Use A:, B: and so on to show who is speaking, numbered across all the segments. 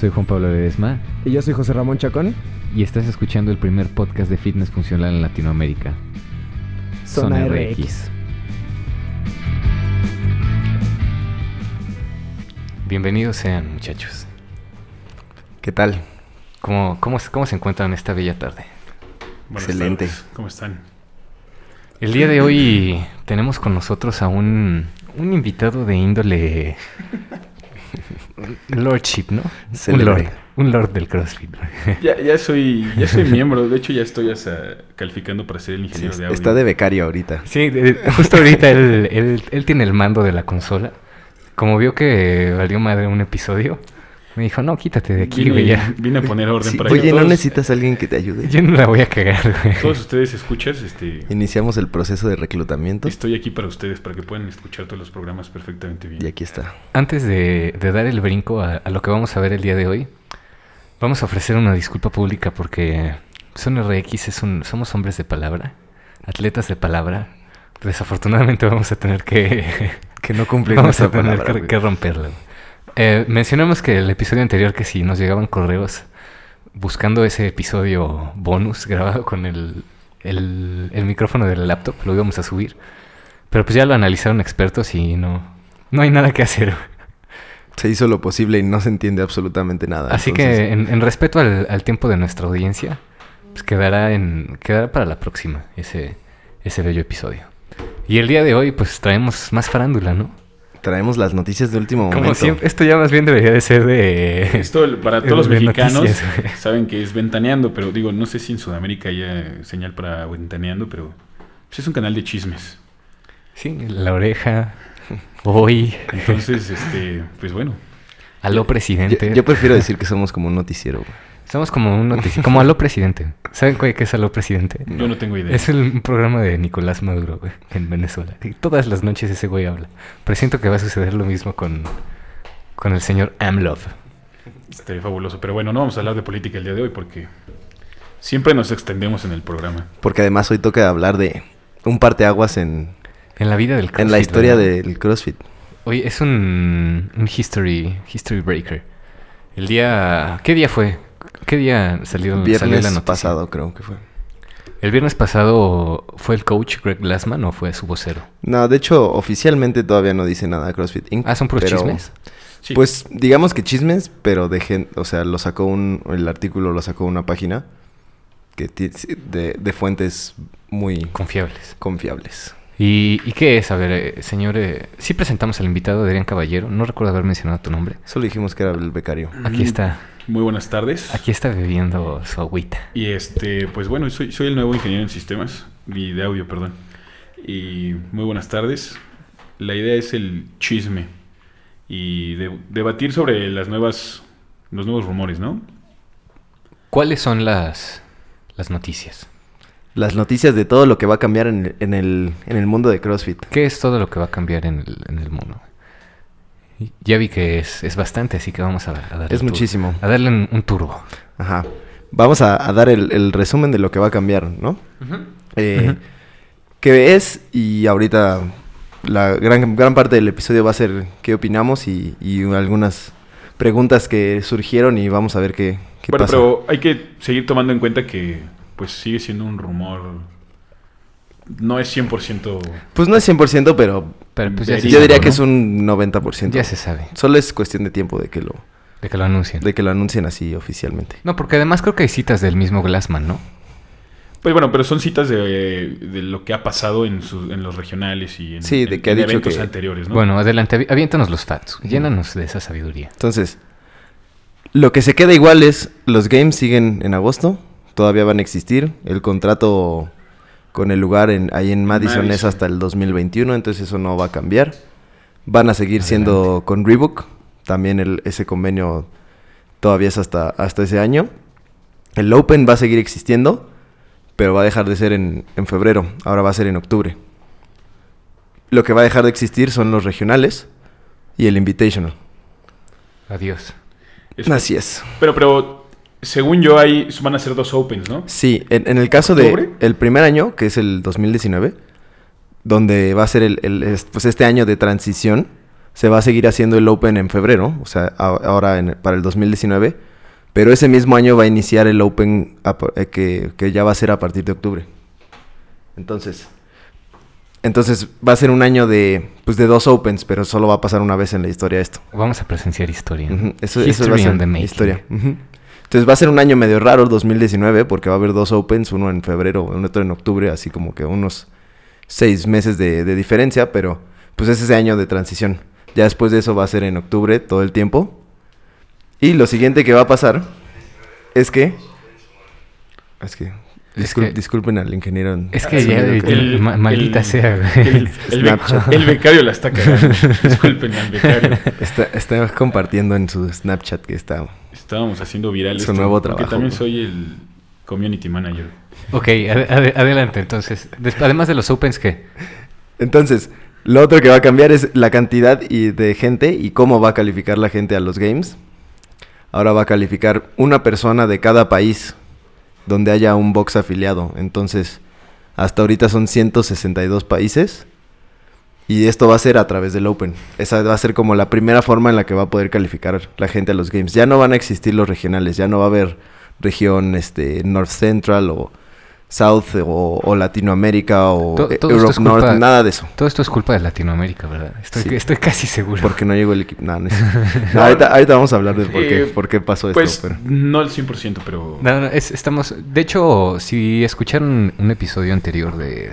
A: soy Juan Pablo Ledesma
B: Y yo soy José Ramón Chacón.
A: y estás escuchando el primer podcast de fitness funcional en Latinoamérica.
B: Zona RX.
A: Bienvenidos sean muchachos.
C: ¿Qué tal?
A: ¿Cómo, cómo, se- cómo se encuentran esta bella tarde?
D: Buenas
C: Excelente.
D: tardes, ¿Cómo están?
A: El día de hoy tenemos con nosotros a un, un invitado de índole lordship, ¿no? Un
C: Célebre.
A: lord, un lord del CrossFit.
D: Ya, ya soy, ya soy miembro, de hecho ya estoy hasta calificando para ser el
C: Sí,
D: ingeniero de audio.
C: está de becario ahorita.
A: Sí, de- de- justo ahorita él, él- él tiene el mando de la consola. Como vio que valió madre un episodio, me dijo, no, quítate de aquí,
D: vine,
A: güey, ya.
D: vine a poner orden
C: Sí,
D: para que
C: Oye, ¿no
D: todos,
C: necesitas a alguien que te ayude?
A: Yo no la voy a cagar, güey.
D: todos ustedes escuchas, este,
C: Iniciamos el proceso de reclutamiento
D: estoy aquí para ustedes, para que puedan escuchar todos los programas perfectamente bien.
C: y aquí está.
A: Antes de, de dar el brinco a, a lo que vamos a ver el día de hoy, vamos a ofrecer una disculpa pública porque Son RX es un, somos hombres de palabra, atletas de palabra. Desafortunadamente vamos a tener que,
C: Que no cumplimos
A: vamos a
C: nuestra
A: tener
C: palabra,
A: que-
C: güey.
A: que romperlo. Eh, mencionamos que el episodio anterior que si nos llegaban correos buscando ese episodio bonus grabado con el, el- el micrófono del laptop, lo íbamos a subir. Pero pues ya lo analizaron expertos y no, no hay nada que hacer.
C: Se hizo lo posible y no se entiende absolutamente nada.
A: Así que en, en respeto al, al tiempo de nuestra audiencia, pues quedará, en, quedará para la próxima ese, ese bello episodio. Y el día de hoy pues traemos más farándula, ¿no?
C: que... Traemos las noticias de último momento.
A: Como siempre, esto ya más bien debería de ser de...
D: Esto el- para todos los
A: De
D: mexicanos
A: noticias, güey.
D: saben que es Ventaneando, pero digo, no sé si en Sudamérica haya señal para Ventaneando, pero pues, es un canal de chismes.
A: Sí, la oreja, hoy,
D: Entonces, este, pues bueno,
A: aló
C: Yo,
A: presidente.
C: yo prefiero decir que somos como un noticiero. güey.
A: Somos como un notici- como aló presidente. ¿Saben cuál- qué es aló presidente?
D: yo no tengo idea.
A: Es el un programa de Nicolás Maduro güey, en Venezuela. Y todas las noches ese güey habla. Presiento que va a suceder lo mismo con, con el señor Amlov.
D: Este, fabuloso. Pero bueno, no vamos a hablar de política el día de hoy porque siempre nos extendemos en el programa.
C: Porque además hoy toca hablar de un parteaguas en,
A: En la vida del CrossFit.
C: en la historia
A: ¿verdad?
C: del CrossFit.
A: Hoy es un, un history, history breaker. El día... ¿Qué día fue? ¿Qué día salieron, salió la
C: Viernes
A: noticia?
C: pasado creo que fue.
A: ¿El viernes pasado fue el coach Greg Glassman o fue su vocero?
C: No, de hecho, oficialmente todavía no dice nada CrossFit Inc.
A: Ah, son puros
C: pero-
A: chismes.
D: Sí.
C: Pues digamos que chismes, pero de gen- o sea, lo sacó un, el artículo lo sacó una página que ti- de, de fuentes muy
A: Confiables.
C: confiables.
A: ¿Y, y qué es? A ver, eh, señor... eh, sí presentamos al invitado Adrián Caballero. No recuerdo haber mencionado tu nombre.
C: Solo dijimos que era el becario.
A: Aquí está.
D: Muy buenas tardes.
A: Aquí está bebiendo su agüita.
D: Y este, pues bueno, soy, soy el nuevo ingeniero en sistemas y de audio, perdón. Y muy buenas tardes. La idea es el chisme y de- debatir sobre las nuevas, los nuevos rumores, ¿no?
A: ¿Cuáles son las, las noticias?
C: Las noticias de todo lo que va a cambiar en el, en el, en el mundo de CrossFit.
A: ¿Qué es todo lo que va a cambiar en el, en el mundo? Y Ya vi que es, es bastante, así que vamos a, a darle.
C: Es
A: tur-
C: muchísimo.
A: A darle un, un turbo.
C: Ajá. Vamos a, a dar el, el resumen de lo que va a cambiar, ¿no? Eh, ¿Qué es? Y ahorita la gran, gran parte del episodio va a ser qué opinamos y, y algunas preguntas que surgieron y vamos a ver qué, qué
D: Bueno,
C: pasa.
D: pero hay que seguir tomando en cuenta que pues sigue siendo un rumor. No es 100%.
C: Pues no es 100%, pero
A: Pero pues ya se
D: Sí,
C: yo
A: sabe,
C: diría que
A: ¿no?
C: es un 90%.
A: Ya se sabe,
C: Solo es cuestión de tiempo de que lo
A: de que lo anuncien.
C: de que lo anuncien así oficialmente.
A: No, porque además creo que hay citas del mismo Glassman, ¿no?
D: Pues bueno, pero son citas de, de lo que ha pasado en, su- en los regionales y en,
C: Sí, de
D: en-
C: que ha
D: en
C: dicho
D: eventos
C: que-
D: anteriores, Pues ¿no?
A: Bueno, adelante, avi- aviéntanos los facts. Llénanos de esa sabiduría.
C: Entonces, lo que se queda igual es los games siguen en agosto, todavía van a existir, el contrato con el lugar en, ahí en Madison, es
D: Madison.
C: hasta el 2021, entonces eso no va a cambiar. Van a seguir siendo con Reebok, también el- ese convenio todavía es hasta, hasta ese año. El Open va a seguir existiendo, pero va a dejar de ser en, en febrero, ahora va a ser en octubre. Lo que va a dejar de existir son los regionales y el Invitational.
A: Adiós.
D: Es-
C: Así es.
D: Este, Pero, pero, según yo, ahí van a ser dos opens, ¿no?
C: Sí, en, en el caso
D: ¿Octubre?
C: de el primer año, que es el 2019, donde va a ser el, el- es- pues este año de transición, se va a seguir haciendo el Open en febrero, o sea, a- ahora en- para el 2019, pero ese mismo año va a iniciar el Open a pa- eh, que, que ya va a ser a partir de octubre. Entonces, entonces va a ser un año de, pues de dos Opens, pero solo va a pasar una vez en la historia esto.
A: Vamos a presenciar historia. ¿no?
C: Ujú, Eso, eso
A: History
C: va a
A: on the
C: ser
A: making.
C: historia. ujú. Entonces va a ser un año medio raro el 2019 porque va a haber dos Opens, uno en febrero, un otro en octubre, así como que unos seis meses de, de diferencia, pero pues es ese año de transición. Ya después de eso va a ser en octubre todo el tiempo. Y lo siguiente que va a pasar es que... Es que...
A: Es
C: discul-
A: que-
C: disculpen al ingeniero. en-
A: Es que
C: en
A: ya-
C: sonido que-
A: el- ma- maldita sea, güey.
D: El, el be-
C: Snapchat.
D: el becario la está cagando. Disculpen al becario.
C: está, está compartiendo en su Snapchat que está...
D: Estábamos haciendo viral
C: Su nuevo
D: Porque
C: trabajo,
D: también
C: güey.
D: soy el community manager.
A: Ok, ad- ad- adelante entonces. Des- además de los Opens, ¿qué?
C: Entonces, lo otro que va a cambiar es la cantidad y de gente y cómo va a calificar la gente a los games. Ahora va a calificar una persona de cada país donde haya un box afiliado. Entonces, hasta ahorita son 162 países. Y esto va a ser a través del Open. Esa va a ser como la primera forma en la que va a poder calificar la gente a los games. Ya no van a existir los regionales, ya no va a haber región este, North Central o South o, o Latinoamérica o
A: To-
C: eh,
A: todo esto
C: Europe
A: es culpa-
C: North, nada de eso.
A: Todo esto es culpa de Latinoamérica, ¿verdad? Estoy,
C: Sí.
A: estoy casi seguro.
C: Porque no llegó el equipo. No, no es- No, ahorita, ahorita vamos a hablar de por qué,
D: Eh,
C: por qué pasó esto.
D: Pues
C: pero-
D: no al 100%, pero...
A: No, no, es- estamos... De hecho, si escucharon un episodio anterior de...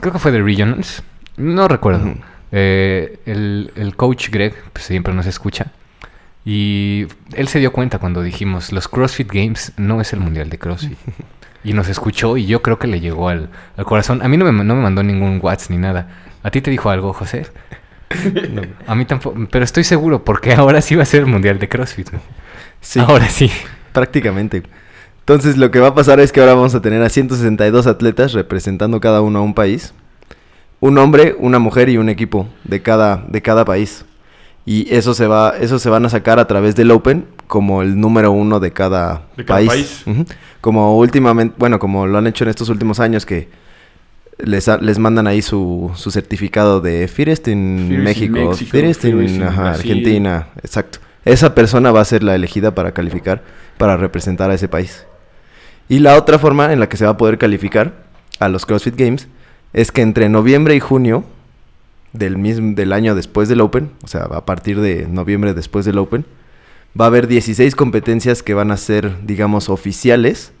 A: Creo que fue de Regionals. No recuerdo.
C: Ujú.
A: Eh, el, el coach Greg pues, siempre nos escucha. Y él se dio cuenta cuando dijimos, los CrossFit Games no es el Mundial de CrossFit. y nos escuchó y yo creo que le llegó al, al corazón. A mí no me, no me mandó ningún WhatsApp ni nada. ¿A ti te dijo algo, José? A mí tampoco, pero estoy seguro porque ahora sí va a ser el Mundial de CrossFit. ¿no?
C: Sí.
A: Ahora sí.
C: Prácticamente. Entonces lo que va a pasar es que ahora vamos a tener a 162 atletas representando cada uno a un país. Un hombre, una mujer y un equipo de cada, de cada país. Y eso se va, eso se van a sacar a través del Open como el número uno de cada,
D: De cada país.
C: Ujú. Como últimamente, bueno, como lo han hecho en estos últimos años que les, ha- les mandan ahí su, su certificado de Firest en
D: First in
C: México,
D: México,
C: Firest in,
D: First in
C: ajá,
D: Brasil.
C: Argentina, exacto. Esa persona va a ser la elegida para calificar, para representar a ese país. Y la otra forma en la que se va a poder calificar a los CrossFit Games es que entre noviembre y junio del, mismo, del año después del Open, o sea, a partir de noviembre después del Open, va a haber 16 competencias que van a ser, digamos, oficiales,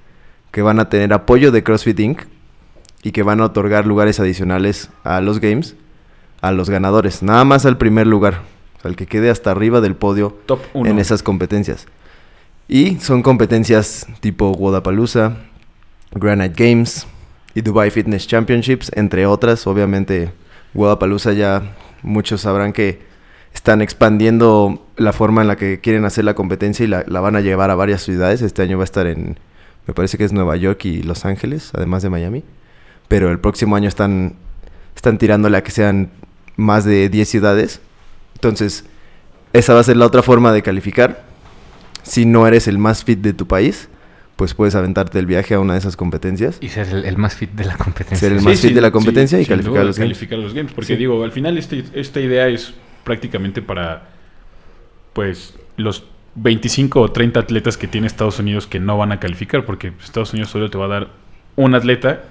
C: que van a tener apoyo de CrossFit Inc. y que van a otorgar lugares adicionales a los Games, a los ganadores, nada más al primer lugar, o sea, al que quede hasta arriba del podio
D: Top 1.
C: en esas competencias. Y son competencias tipo Wodapalooza, Granite Games y Dubai Fitness Championships, entre otras. Obviamente, Wodapalooza ya muchos sabrán que están expandiendo la forma en la que quieren hacer la competencia y la, la van a llevar a varias ciudades. Este año va a estar en, me parece que es Nueva York y Los Ángeles, además de Miami. Pero el próximo año están, están tirándole a que sean más de 10 ciudades. Entonces, esa va a ser la otra forma de calificar. Si no eres el más fit de tu país, pues puedes aventarte el viaje a una de esas competencias.
A: Y ser el, el más fit de la competencia.
C: Ser el
D: Sí,
C: más fit
D: sí,
C: de la competencia
D: sí,
C: y
D: sin
C: calificar
D: duda,
C: a los games.
D: calificar a los games. Porque
C: Sí.
D: digo, al final este- esta idea es prácticamente para, pues, los 25 o 30 atletas que tiene Estados Unidos que no van a calificar, porque Estados Unidos solo te va a dar un atleta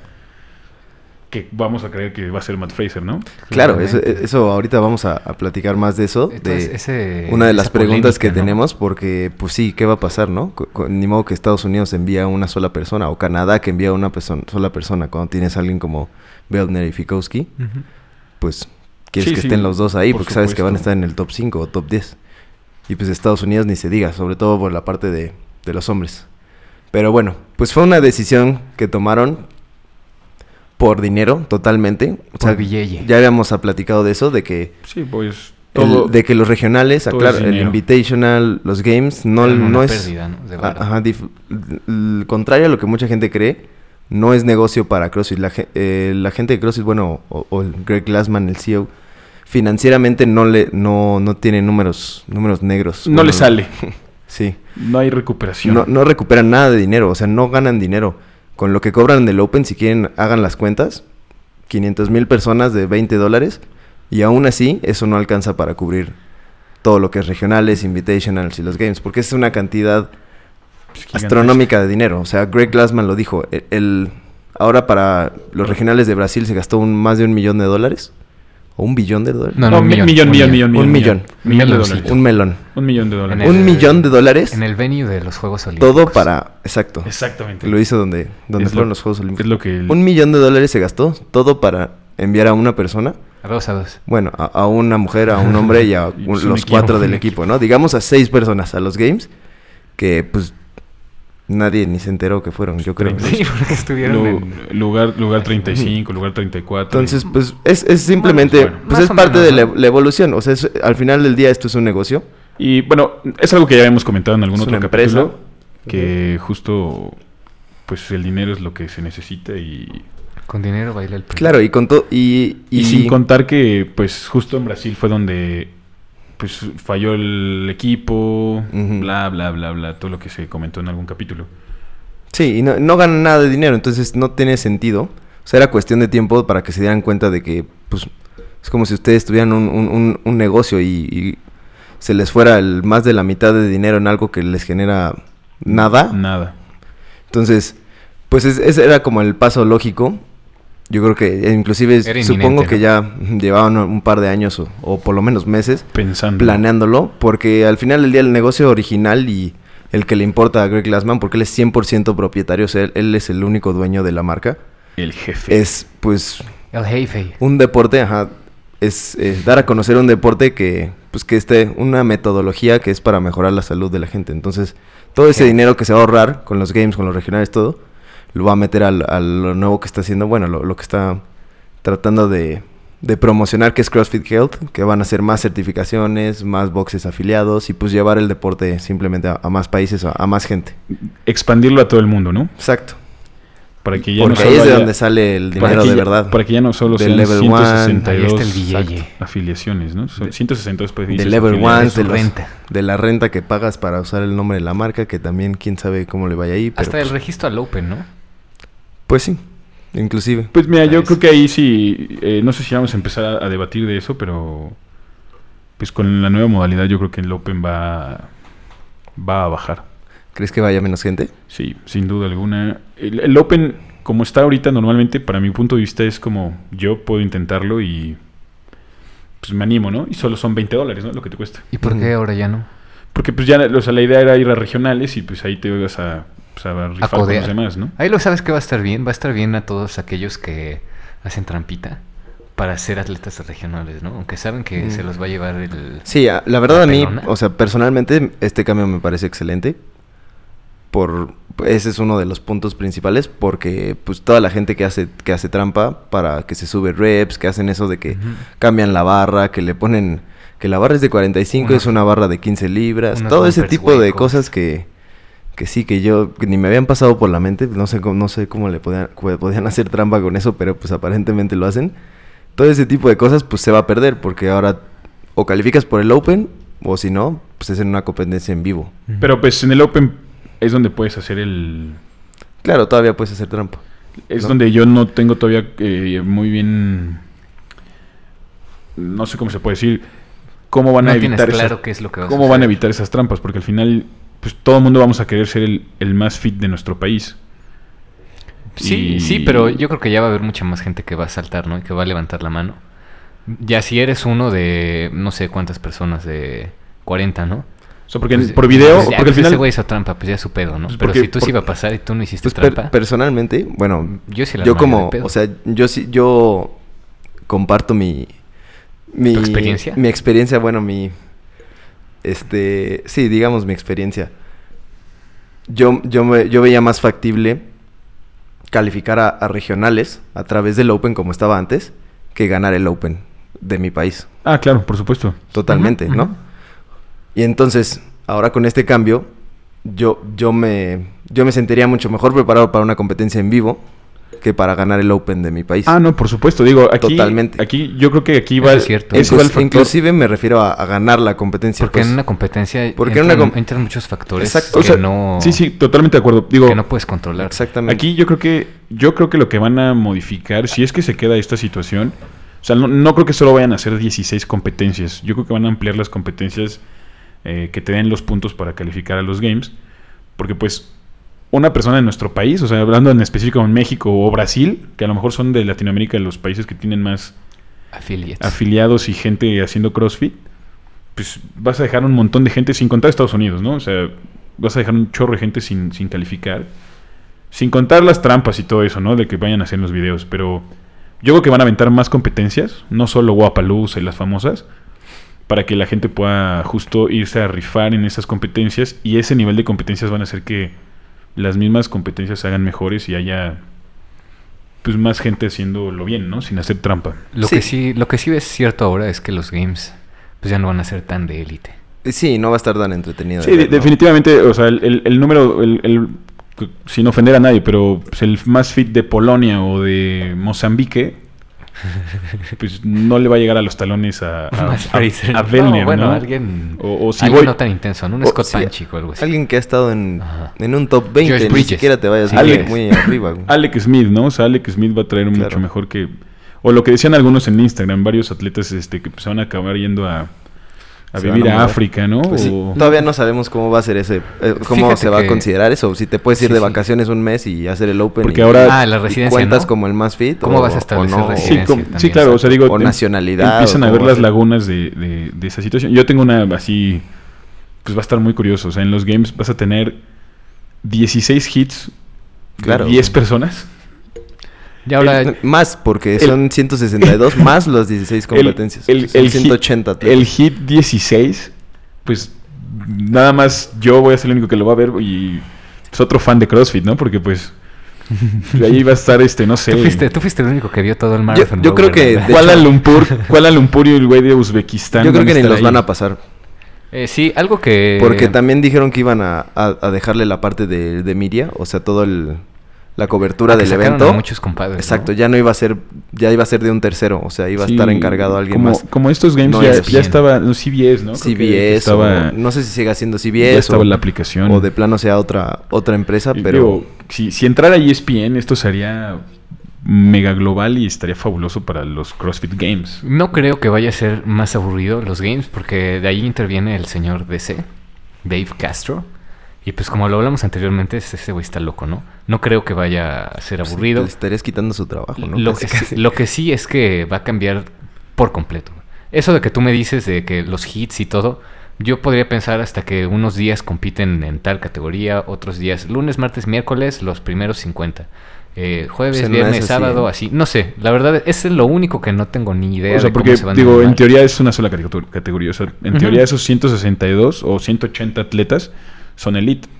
D: que vamos a creer que va a ser Matt Fraser, ¿no?
C: Claro, eso,
A: Claramente.
C: eso ahorita vamos a, a platicar más de eso.
A: Entonces,
C: de
A: ese-
C: una de las
A: eh, esa
C: preguntas que
A: polémica, ¿no?
C: tenemos, porque pues sí, ¿qué va a pasar, no? Co- co- ni modo que Estados Unidos envía a una sola persona, o Canadá que envía a una persona, sola persona, cuando tienes a alguien como Belner y Fikowski.
A: Ujú.
C: pues quieres
D: Sí,
C: que
D: sí,
C: estén los dos ahí
D: por
C: porque sabes que van a
D: supuesto.
C: estar en el top 5 o top 10. Y pues Estados Unidos ni se diga, sobre todo por la parte de, de los hombres. Pero bueno, pues fue una decisión que tomaron por dinero totalmente. O
A: Por billete.
C: ya habíamos ah, platicado de eso, de que,
D: Sí, pues
C: el-
D: todo.
C: de que los regionales,
D: todo es
C: aclaro, el
D: dinero.
C: Invitational, los Games, no,
A: Eran
C: no
A: una
C: es...
A: pérdida, ¿no? De
C: Ah,
A: valor.
C: Ajá, dif- l- l- contrario a lo que mucha gente cree, no es negocio para CrossFit. La, ge- eh, la gente de CrossFit, bueno, o, o el Greg Glassman, el CEO, financieramente no le no, no tiene números números negros.
D: no le
C: Bueno,
D: sale.
C: Sí.
D: No hay recuperación.
C: No, no recuperan nada de dinero, o sea, no ganan dinero. Con lo que cobran del Open, si quieren, hagan las cuentas. 500 mil personas de 20 dólares Y aún así, eso no alcanza para cubrir todo lo que es regionales, invitationals y los games, porque es una cantidad
D: Pues,
C: astronómica de dinero. O sea, Greg Glassman lo dijo. El, el- ahora para los regionales de Brasil se gastó un, más de un millón de dólares. ¿O un billón de dólares?
A: No, no, un
D: mi-
A: millón, un
D: millón, millón,
A: millón.
D: millón,
C: Un
A: millón.
D: Millón
A: Millón
D: de
A: de
D: dólares.
C: Un melón.
D: Un millón de
A: En
D: dólares.
A: el-
C: ¿Un millón de dólares?
A: En el venue de los Juegos Olímpicos.
C: Todo para... Exacto.
D: Exactamente.
C: Lo hizo donde, donde
D: Es
C: fueron
D: lo-
C: los Juegos
D: Es
C: Olímpicos.
D: lo que... el-
C: Un millón de dólares se gastó. Todo para enviar a una persona.
A: A dos a dos.
C: Bueno, a, a una mujer, a un hombre y a
D: Y
C: un-
D: pues un
C: los
D: equipo,
C: cuatro del
D: un
C: equipo, ¿no? Digamos a seis personas a los games que pues nadie ni se enteró que fueron, yo creo.
A: Sí, porque estuvieron
D: lu-
A: en...
D: lugar, lugar 35, lugar 34.
C: Entonces, pues es, es simplemente,
D: Bueno,
C: pues
A: más
C: es
A: o
C: parte
A: menos,
C: de la,
A: ¿no?
C: la evolución. O sea, es- al final del día esto es un negocio.
D: Y bueno, es algo que ya habíamos comentado en algún
C: Es
D: otro
C: una
D: capítulo.
C: empresa.
D: Que justo, pues el dinero es lo que se necesita y,
A: Con dinero baila el perro.
C: Claro, y con todo y,
D: y sin contar que, pues justo en Brasil fue donde pues falló el equipo,
C: Ujú.
D: bla, bla, bla, bla, todo lo que se comentó en algún capítulo.
C: sí, y no, no ganan nada de dinero, entonces no tiene sentido. O sea, era cuestión de tiempo para que se dieran cuenta de que, pues, es como si ustedes tuvieran un, un- un- un negocio y, y se les fuera el, más de la mitad de dinero en algo que les genera nada.
D: Nada.
C: Entonces, pues es- ese era como el paso lógico. Yo creo que eh, inclusive
A: Era
C: supongo
A: inminente,
C: que
A: ¿no?
C: ya mm, llevaban un par de años o, o por lo menos meses
D: Pensando.
C: planeándolo, porque al final del día el negocio original y el que le importa a Greg Glassman, porque él es 100% propietario, o sea, él, él es el único dueño de la marca,
D: El jefe.
C: es pues
A: El Heife.
C: un deporte, ajá, es eh, dar a conocer un deporte que pues que esté una metodología que es para mejorar la salud de la gente. Entonces, todo ese
A: Ajá.
C: dinero que se va a ahorrar con los games, con los regionales, todo, lo va a meter al- a lo nuevo que está haciendo, bueno, lo, lo que está tratando de, de promocionar, que es CrossFit Health, que van a hacer más certificaciones, más boxes afiliados y pues llevar el deporte simplemente a, a más países, a, a más gente.
D: Expandirlo a todo el mundo, ¿no?
C: Exacto.
D: Para que ya
C: Porque
D: no
C: ahí
D: solo
C: es de
D: haya-
C: donde sale
D: para
C: el dinero
D: que
C: Pues de
D: ya-
C: verdad.
D: Para que ya no solo
C: De
D: sean
C: level one.
A: Ahí
D: 162
A: está el billete.
D: exacto, afiliaciones, ¿no? Son
A: De-
D: 162 países
C: De level
D: afiliados.
C: one,
A: su
C: de, los-
A: renta.
C: de la renta que pagas para usar el nombre de la marca, que también quién sabe cómo le vaya ahí. Pero
A: Hasta el
C: pues,
A: registro al Open, ¿no?
C: pues sí, inclusive.
D: Pues mira, yo
A: Nice.
D: creo que ahí sí, eh, no sé si vamos a empezar a, a debatir de eso, pero pues con la nueva modalidad yo creo que el Open va, va a bajar.
C: ¿Crees que vaya menos gente?
D: Sí, sin duda alguna. El, el Open, como está ahorita normalmente, para mi punto de vista es como yo puedo intentarlo y pues me animo, ¿no? Y solo son 20 dólares, ¿no? Lo que te cuesta.
A: ¿Y por qué
C: Ujú.
A: ahora ya no?
D: Porque pues ya, o sea, la idea era ir a regionales y pues ahí te vas a, pues, a rifar con
A: codear.
D: los demás, ¿no?
A: Ahí lo sabes que va a estar bien. Va a estar bien a todos aquellos que hacen trampita para ser atletas regionales, ¿no? Aunque saben que
C: Mm.
A: se los va a llevar el...
C: Sí, a- la verdad
A: ¿La
C: a mí,
A: pelona?
C: o sea, personalmente este cambio me parece excelente. Por ese es uno de los puntos principales porque pues toda la gente que hace que hace trampa para que se sube reps, que hacen eso de que
A: Ujú.
C: cambian la barra, que le ponen que la barra es de 45,
A: Unos-
C: es una barra de 15 libras,
A: unos
C: todo ese
A: bumpers
C: tipo de
A: huecos.
C: cosas que que sí que yo que ni me habían pasado por la mente, no sé cómo no sé cómo le podían cómo podían hacer trampa con eso, pero pues aparentemente lo hacen. Todo ese tipo de cosas pues se va a perder porque ahora o calificas por el Open o si no, pues es en una competencia en vivo.
A: Ujú.
D: Pero pues en el Open es donde puedes hacer el...
C: Claro, todavía puedes hacer trampa.
D: Es
C: ¿no?
D: donde yo no tengo todavía eh, muy bien... No sé cómo se puede decir. ¿Cómo van a
A: no tienes
D: evitar esas-
A: claro qué es lo que va a
D: ¿Cómo van a
A: suceder.
D: evitar esas trampas? Porque al final, pues todo el mundo vamos a querer ser el, el más fit de nuestro país.
A: Sí,
D: Y-
A: sí, pero yo creo que ya va a haber mucha más gente que va a saltar, ¿no? Y que va a levantar la mano. Ya si eres uno de no sé cuántas personas, de 40, ¿no?
D: O sea, porque
A: Pues,
D: por video,
A: pues ya,
D: porque al
A: pues ese
D: final...
A: güey hizo trampa, pues ya es su pedo, ¿no?
D: Pues
A: pero
D: porque-
A: si tú sí
D: por-
A: iba a pasar y tú no hiciste
C: Pues per-
A: trampa,
C: personalmente, bueno,
A: yo sí la armaría
C: yo
A: de
C: como,
A: pedo.
C: o sea, yo sí, yo comparto mi, mi
A: ¿Tu experiencia?
C: mi experiencia, bueno, mi, este, sí, digamos mi experiencia. Yo, yo, me- yo veía más factible calificar a, a regionales a través del Open como estaba antes que ganar el Open de mi país,
D: Ah, claro, por supuesto.
C: totalmente,
A: Ujú,
C: ¿no?
A: ujú.
C: Y entonces, ahora con este cambio, yo, yo, me, yo me sentiría mucho mejor preparado para una competencia en vivo que para ganar el Open de mi país.
D: Ah, no, por supuesto. Digo, aquí...
C: Totalmente.
D: Aquí, yo creo que aquí va...
A: Eso es cierto.
D: ese va el
C: Inclus-
D: factor.
C: inclusive me refiero a, a ganar la competencia.
A: porque
C: pues.
A: en una competencia
C: porque en
A: entran,
C: una com-
A: entran muchos factores que,
C: Exacto.
D: O sea,
A: no,
D: Sí, sí, totalmente de acuerdo. Digo,
A: que no puedes controlar.
C: Exactamente.
D: Aquí yo creo que yo creo que lo que van a modificar, si es que se queda esta situación, sea, no, no creo que solo vayan a hacer 16 competencias. Yo creo que van a ampliar las competencias eh, que te den los puntos para calificar a los games. Porque pues una persona en nuestro país, o sea, hablando en específico en México o Brasil, que a lo mejor son de Latinoamérica los países que tienen más
A: Affiliates.
D: afiliados y gente haciendo CrossFit, pues vas a dejar un montón de gente, sin contar Estados Unidos, ¿no? O sea, vas a dejar un chorro de gente sin, sin calificar. Sin contar las trampas y todo eso, ¿no? De que vayan a hacer los videos. Pero yo creo que van a aventar más competencias, no solo Guapaluz y las famosas, para que la gente pueda justo irse a rifar en esas competencias. Y ese nivel de competencias van a hacer que las mismas competencias se hagan mejores y haya pues más gente haciéndolo bien, ¿no? Sin hacer trampa.
A: Lo,
C: Sí.
A: Que sí, lo que sí es cierto ahora es que los games pues ya no van a ser tan de élite.
C: Eh, Sí, no va a estar tan entretenido.
D: Sí,
C: de
D: de-
C: ver, ¿no?
D: definitivamente, o sea, el, el- el número, el- el- sin ofender a nadie, pero pues, el más fit de Polonia o de Mozambique, pues no le va a llegar a los talones a, a,
A: Más
D: a-
A: Fraser.
D: a Vellner,
A: No, bueno,
D: ah, ¿no?
A: alguien,
D: O- o si
A: alguien
D: voy-
A: no tan intenso, ¿no? Un
C: o-
A: Scott
C: sí,
A: Panchik o algo así.
C: Alguien que ha estado en,
A: Ajá.
C: en un top 20,
A: Josh
C: ni
A: Bridges.
C: siquiera te vayas
A: Sí,
C: alguien
D: Alex.
C: muy arriba. güey.
D: Alec Smith, ¿no? O sea, Alec Smith va a traer mucho
C: Claro.
D: mejor que... O lo que decían algunos en Instagram, varios atletas este, que pues, se van a acabar yendo a, a
C: Se
D: vivir
C: van a
D: a
C: mudar.
D: África, ¿no?
C: Pues sí,
D: O-
C: Todavía no sabemos cómo va a ser ese, eh, cómo
A: Fíjate
C: se va
A: que-
C: a considerar eso. Si te puedes ir
A: Sí,
C: de
A: sí.
C: vacaciones un mes y hacer el Open
D: Porque
C: y-
D: ahora-
A: Ah, la
C: y
A: residencia,
C: cuentas
A: ¿no?
C: como el más fit.
A: ¿Cómo
C: o-
A: vas a establecer
C: o no,
D: Sí,
A: residencia?
D: com-
A: también,
D: sí, claro, o sea,
A: exacto.
D: digo,
C: O
D: em-
C: nacionalidad,
D: Empiezan
C: o
D: a ver
C: cómo
D: las
C: va.
D: lagunas de, de- de esa situación. Yo tengo una así, pues va a estar muy curioso. O sea, en los games vas a tener 16 hits de
C: Claro.
D: 10 personas.
A: Y ahora,
C: Eh, Más, porque
D: el-
C: son 162 más las 16
D: El-
C: competencias.
D: El,
C: Son
D: el hit-
C: 180. atletas.
D: el hit 16, pues nada más yo voy a ser el único que lo va a ver y es otro fan de CrossFit, ¿no? Porque pues ahí va a estar este, no sé.
A: tú, fuiste, tú fuiste el único que vio todo el
C: Yo,
A: marathon.
C: yo creo
A: Rover,
C: que...
A: ¿verdad?
C: de
D: Kuala
C: hecho,
D: Lumpur, Kuala Lumpur y el güey de Uzbekistán.
C: Yo creo que ni
D: estar
C: los
D: ahí.
C: van a pasar.
A: Eh, sí, algo que...
C: Porque también dijeron que iban a, a- a dejarle la parte de, de Miria, o sea, todo el la cobertura
A: Ah, que
C: del
A: sacaron
C: evento.
A: a muchos compadres,
C: Exacto,
A: ¿no?
C: ya no iba a ser, ya iba a ser de un tercero, o sea, iba a
D: Sí,
C: estar encargado alguien
D: como,
C: más.
D: Como estos games
C: No
D: ya,
C: ESPN.
D: ya estaba, no, CBS, ¿no? Creo que- que
C: CBS,
D: estaba,
C: o- no sé si sigue siendo CBS
D: ya estaba
C: o,
D: la aplicación.
C: o de plano sea otra otra empresa,
D: Y
C: pero
D: digo, si, si entrara E ESPN, esto sería mega global y estaría fabuloso para los CrossFit Games.
A: No creo que vaya a ser más aburrido los games, porque de ahí interviene el señor DC, Dave Castro. Y pues como lo hablamos anteriormente, ese ese güey está loco, ¿no? No creo que vaya a ser
C: pues,
A: aburrido.
C: le estarías quitando su trabajo, ¿no? Pues
A: lo,
C: Casi,
A: que,
C: casi.
A: lo que sí es que va a cambiar por completo. Eso de que tú me dices de que los hits y todo, yo podría pensar hasta que unos días compiten en tal categoría, otros días, lunes, martes, miércoles, los primeros 50. Eh, jueves,
C: Pues en una de
A: viernes,
C: esas sí,
A: sábado,
C: ¿eh?
A: así. No sé, la verdad es lo único que no tengo ni idea.
D: O sea,
A: de cómo
D: porque,
A: se van a
D: digo, en
A: armar.
D: teoría es una sola caricatur- categoría. O sea, en
A: Ujú.
D: teoría esos 162 o 180 atletas son elite.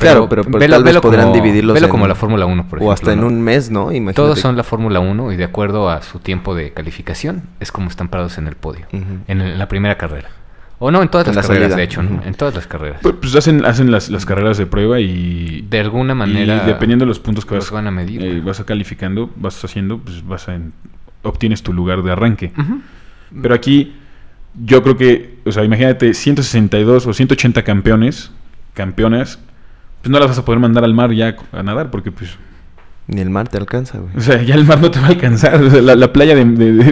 C: Claro, pero- pero tal vez podrán dividirlos
A: Velo
C: en-
A: como la Fórmula 1, por ejemplo.
C: o hasta en
A: ¿no?
C: un mes, ¿no? Imagínate.
A: Todos son la Fórmula 1 y de acuerdo a su tiempo de calificación es como están parados en el podio,
C: Ujú.
A: en el- la primera carrera. O no, en todas
C: En
A: las
C: la
A: carreras,
C: salida.
A: de hecho, ¿no?
C: Ujú.
A: en todas las carreras.
D: Pues, pues hacen, hacen las, las carreras de prueba y...
A: De alguna
D: y
A: manera...
D: dependiendo de los puntos que
A: los
D: vas,
A: van a medir,
D: eh,
A: güey.
D: vas a calificando, vas haciendo, pues vas a... en- obtienes tu lugar de arranque.
A: Ujú.
D: Mm. Pero aquí yo creo que, o sea, imagínate 162 o 180 campeones, campeonas, pues no las vas a poder mandar al mar ya a nadar porque pues,
C: Ni el mar te alcanza, güey.
D: o sea, ya el mar no te va a alcanzar, o sea, la, la playa de, de- de-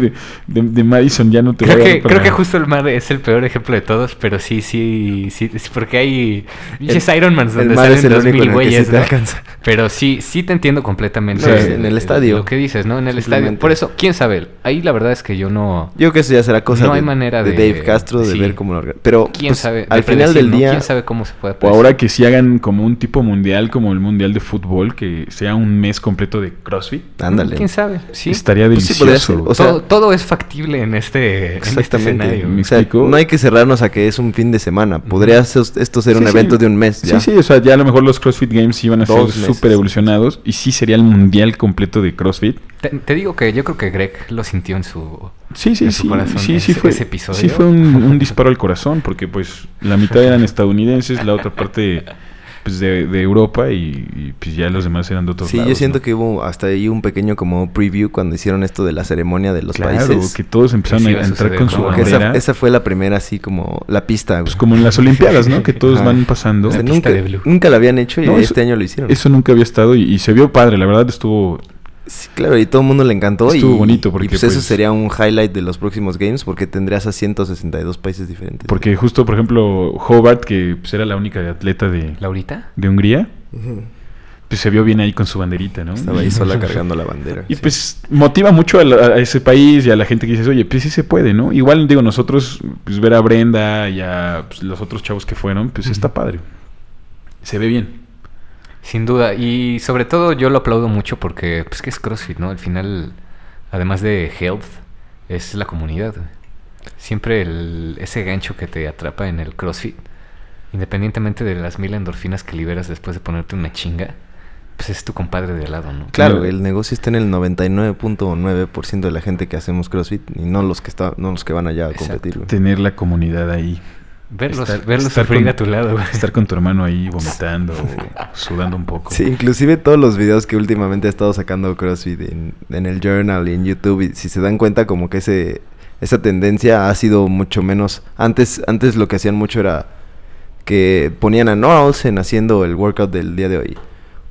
D: de- de Madison ya no te
A: Creo
D: va a
A: que,
D: dar para-
A: creo que justo el mar es el peor ejemplo de todos, pero sí, sí, sí, es porque hay pinches Ironmans donde salen dos mil
C: en el que
A: güeyes,
C: sí te
A: ¿no?
C: alcanza.
A: Pero sí, sí te entiendo completamente.
D: Sí,
A: eh,
D: en
C: el
A: eh,
C: estadio.
A: Lo que dices, ¿no? En el estadio.
C: Simplemente.
A: Por eso, quién sabe. Ahí la verdad es que yo no...
C: Yo creo que eso ya será cosa
A: No
C: de,
A: hay manera
C: de
A: de-
C: Dave Castro de
A: sí.
C: ver cómo lo organiza. Pero
A: ¿Quién
C: pues,
A: sabe?
C: al
A: De
C: final
A: predecir,
C: del
A: ¿no?
C: día
A: ¿Quién sabe cómo se puede
D: O
A: predecir?
D: ahora que sí hagan como un tipo mundial, como el mundial de fútbol, que sea un mes completo de CrossFit,
C: ándale.
A: ¿Quién sabe? Ah, Sí.
D: estaría
C: Pues sí podría
D: delicioso.
C: ser, o sea-
A: todo, todo es factible en este, en este
C: Exactamente.
A: escenario.
C: o sea,
D: explico?
C: no hay que cerrarnos a que es un fin de semana. Podría ser- esto ser
D: Sí,
C: un
D: sí.
C: evento de un mes.
D: Sí,
C: ya.
D: sí, o sea, ya a lo mejor los CrossFit Games iban a
C: Dos
D: ser
C: meses.
D: súper evolucionados y sí sería el mundial completo de CrossFit.
A: Te, te digo que yo creo que Greg lo sintió en su...
D: Sí, sí,
A: en su
D: sí,
A: corazón
D: sí,
A: ese-
D: sí fue,
A: ese episodio.
D: sí fue un, un disparo al corazón porque pues la mitad eran estadounidenses, la otra parte pues de, de Europa y, y, pues ya los demás eran de otros
C: Sí, yo
D: lados,
C: siento
D: ¿no?
C: que hubo hasta ahí un pequeño como preview cuando hicieron esto de la ceremonia de los
D: Claro,
C: países.
D: que todos empezaron
A: Pues sí
D: a
A: iba a
D: entrar
A: suceder,
D: con su
A: ¿no?
C: Como que esa,
D: bandera,
C: esa fue la primera así como la pista.
D: pues
C: güey.
D: como en las Olimpiadas, ¿no? Que todos
C: Ajá.
D: van pasando.
C: O sea,
A: La pista
C: nunca,
A: de Blue.
C: nunca la habían hecho y
D: No, eso-
C: este año lo hicieron.
D: Eso nunca había estado y, y se vio padre, la verdad estuvo
C: Sí, claro, y todo el mundo le encantó.
D: Estuvo
C: y,
D: bonito porque,
C: y pues, eso
D: pues-
C: sería un highlight de los próximos games porque tendrías a 162 países diferentes.
D: Porque justo, por ejemplo, Hobart, que pues, era la única atleta de,
A: ¿Laurita?
D: de Hungría,
C: Ujú.
D: pues se vio bien ahí con su banderita, ¿no?
C: Estaba ahí sola cargando la bandera.
D: Y pues motiva mucho a, la- a ese país y a la gente que dices, oye, pues sí se puede, ¿no? Igual digo, nosotros, pues ver a Brenda y a pues, los otros chavos que fueron, pues
A: Ujú.
D: está padre. Se ve bien.
A: Sin duda. Y sobre todo yo lo aplaudo mucho porque, pues, que es CrossFit, ¿no? Al final, además de health, es la comunidad. güey. Siempre el- ese gancho que te atrapa en el CrossFit, independientemente de las mil endorfinas que liberas después de ponerte una chinga, pues es tu compadre de al lado, ¿no?
C: Claro, el negocio está en el 99.9% de la gente que hacemos CrossFit y no los que está, no los que van allá a
A: Exacto.
C: competir. güey.
D: Tener la comunidad ahí.
A: Verlos,
D: Estar-
A: verlos
D: estar
A: sufrir
D: con-
A: a tu lado, güey.
D: Estar con tu hermano ahí vomitando o sudando un poco.
C: Sí, inclusive todos los videos que últimamente ha estado sacando CrossFit en, en el Journal y en YouTube, y si se dan cuenta como que ese, esa tendencia ha sido mucho menos... Antes, antes lo que hacían mucho era que ponían a Noah Olsen haciendo el workout del día de hoy,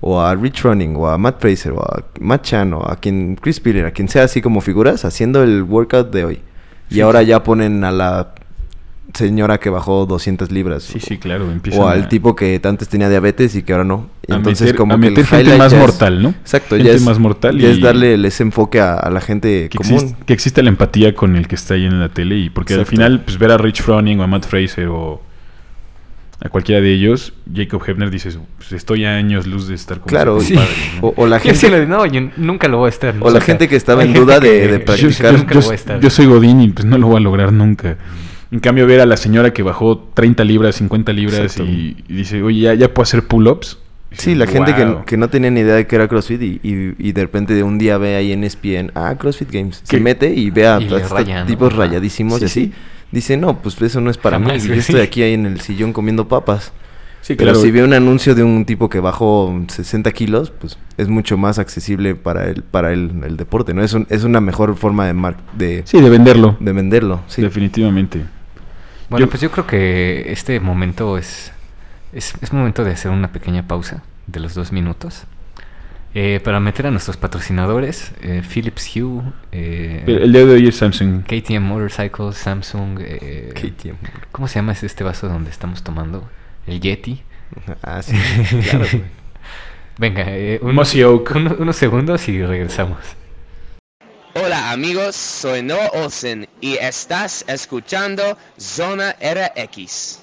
C: o a Rich Running, o a Matt Fraser, o a Matt Chan, o a quien, Chris Piller, a quien sea así como figuras, haciendo el workout de hoy. Y
D: Sí,
C: ahora
D: sí.
C: ya ponen a la señora que bajó 200 libras.
D: Sí,
C: o-
D: sí, claro. Empiezan
C: o al
D: a-
C: tipo que antes tenía diabetes y que ahora no. Y
D: a
C: entonces
D: meter-
C: como
D: a
C: que el
D: meter gente
C: highlight
D: más
C: ya es-
D: mortal, ¿no?
C: Exacto,
D: Gente
C: ya es
D: más mortal
C: ya
D: y-
C: es darle el- ese enfoque a, a la gente
D: que,
C: común.
D: exist- que exista la empatía con el que está ahí en la tele y porque al
C: Exacto.
D: final pues ver a Rich Froning o a Matt Fraser o a cualquiera de ellos, Jacob Hebner dices, pues estoy a años luz de estar con
C: Claro,
D: ese
C: sí.
D: compadre", ¿no?
C: o, o la
A: Yo sí lo
C: gente
A: digo, no, yo nunca lo voy a estar. ¿no?
C: o la
A: sea,
C: gente que estaba
A: hay
C: en
A: gente
C: duda de-
A: que- yo-
C: de
D: Yo,
C: practicar.
A: Yo, nunca
D: yo-
A: lo voy a estar.
D: yo soy Godín y pues no lo voy a lograr nunca. En cambio ver a la señora que bajó 30 libras, 50 libras
C: Exacto.
D: y, y dice, oye, ya, ya puedo hacer pull-ups. Dices,
C: Sí, la gente que,
D: "Wow".
C: que no tenía ni idea de que era CrossFit y, y- y de repente de un día ve ahí en ESPN, ah, CrossFit Games.
D: Que-
C: Se mete y ve a,
A: Y le
C: a estos
A: raya, ¿no?
C: tipos
A: Ajá.
C: rayadísimos
D: Sí,
C: y así.
D: sí.
C: Dice, no, pues eso no es para
A: Jamás,
C: mí. Yo
A: güey.
C: estoy aquí ahí en el sillón comiendo papas.
D: Sí,
C: Pero
D: claro.
C: si ve un anuncio de un tipo que bajó 60 kilos, pues es mucho más accesible para el, para el, el deporte, ¿no? Es, un- es una mejor forma de, mar- de,
D: Sí, de venderlo.
C: de venderlo. Sí. Eh.
D: Definitivamente.
A: Bueno,
D: Yo-
A: pues yo creo que este momento es, es, es momento de hacer una pequeña pausa de los dos minutos eh, para meter a nuestros patrocinadores, eh, Philips Hue, eh,
D: Pero el día de hoy es Samsung.
A: KTM Motorcycles, Samsung, eh,
C: KTM.
A: ¿cómo se llama ese- este vaso donde estamos tomando? El Yeti.
C: Ah, sí. Claro, güey.
A: Venga, eh, un-
D: Mossy Oak.
A: uno- unos segundos y regresamos.
E: Hola amigos, soy Noah Olsen y estás escuchando Zona RX.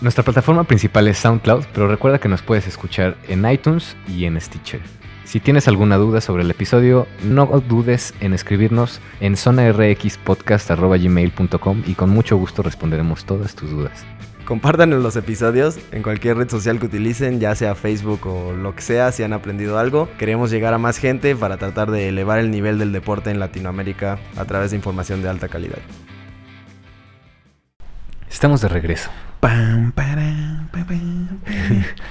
A: Nuestra plataforma principal es SoundCloud, pero recuerda que nos puedes escuchar en iTunes y en Stitcher. Si tienes alguna duda sobre el episodio, no dudes en escribirnos en zonarxpodcast.gmail.com y con mucho gusto responderemos todas tus dudas.
C: Compartan los episodios en cualquier red social que utilicen, ya sea Facebook o lo que sea, si han aprendido algo. Queremos llegar a más gente para tratar de elevar el nivel del deporte en Latinoamérica a través de información de alta calidad.
A: Estamos de regreso.
D: Pam, para, pa, pam.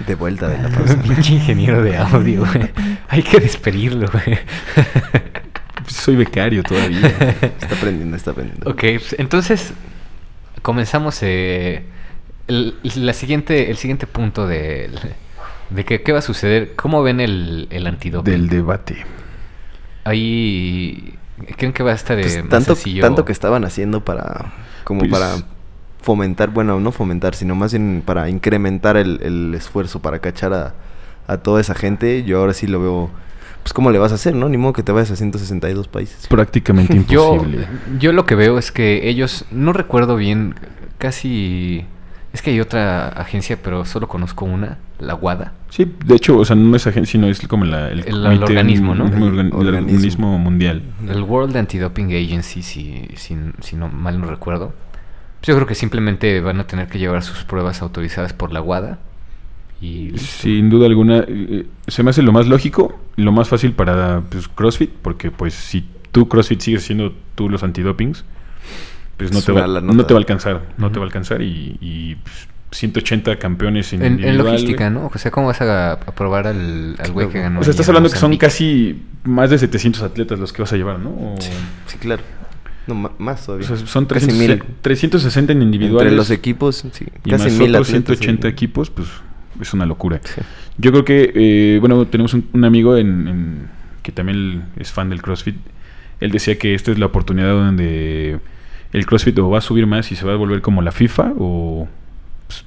C: De vuelta de la pausa.
A: Pinche ingeniero de audio, güey. Hay que despedirlo, güey.
D: Soy becario todavía.
C: Está aprendiendo, está aprendiendo.
A: Ok, pues, entonces comenzamos eh, el, la siguiente, el siguiente punto de, de que, qué va a suceder. ¿Cómo ven el, el antidoping?
D: Del debate.
A: Ahí creen que va a estar eh,
C: Pues,
A: más
C: tanto,
A: sencillo?
C: tanto que estaban haciendo para como
D: Pues-
C: para fomentar, bueno, no fomentar, sino más bien para incrementar el, el esfuerzo para cachar a, a toda esa gente. Yo ahora sí lo veo, pues cómo le vas a hacer, ¿no? Ni modo que te vayas a 162 países.
D: Prácticamente
A: yo, eh,
D: imposible.
A: yo lo que veo es que ellos, no recuerdo bien, casi... Es que hay otra agencia, pero solo conozco una, la WADA.
D: Sí, de hecho, o sea, no es agencia, sino es como la,
A: El- el organismo, ¿no?
D: el organ- el
C: Organismo.
D: organismo mundial.
A: El World Anti-Doping Agency, si, si, si no, mal no recuerdo. Pues yo creo que simplemente van a tener que llevar sus pruebas autorizadas por la WADA. Y listo.
D: Sin duda alguna, eh, se me hace lo más lógico, lo más fácil para pues, CrossFit, porque pues si tú CrossFit sigues siendo tú los antidopings, pues no,
C: Es
D: te va,
C: una la
D: no
C: nota.
D: te va a alcanzar, no te
A: Ujú.
D: va a alcanzar y, y, pues, 180 campeones en,
A: en, en
D: individual,
A: logística,
D: güey.
A: ¿no? O sea, ¿cómo vas a aprobar al al güey que ganó?
D: O sea, estás
A: allá en
D: hablando que son
A: Mozambique?
D: casi más de 700 atletas los que vas a llevar, ¿no? O-
C: Sí, claro. No, ma- más
D: o
C: todavía.
D: sea, son
C: Casi
D: 300
C: mil.
D: 360 en individuales.
C: Entre los equipos, sí.
D: y
C: Casi
D: más
C: mil
D: otros
C: atletas,
D: 180
C: sí.
D: equipos, pues es una locura.
C: Sí.
D: Yo creo que, eh, bueno, tenemos un, un amigo en, en- que también es fan del CrossFit, él decía que esta es la oportunidad donde el CrossFit o va a subir más y se va a volver como la FIFA o pues,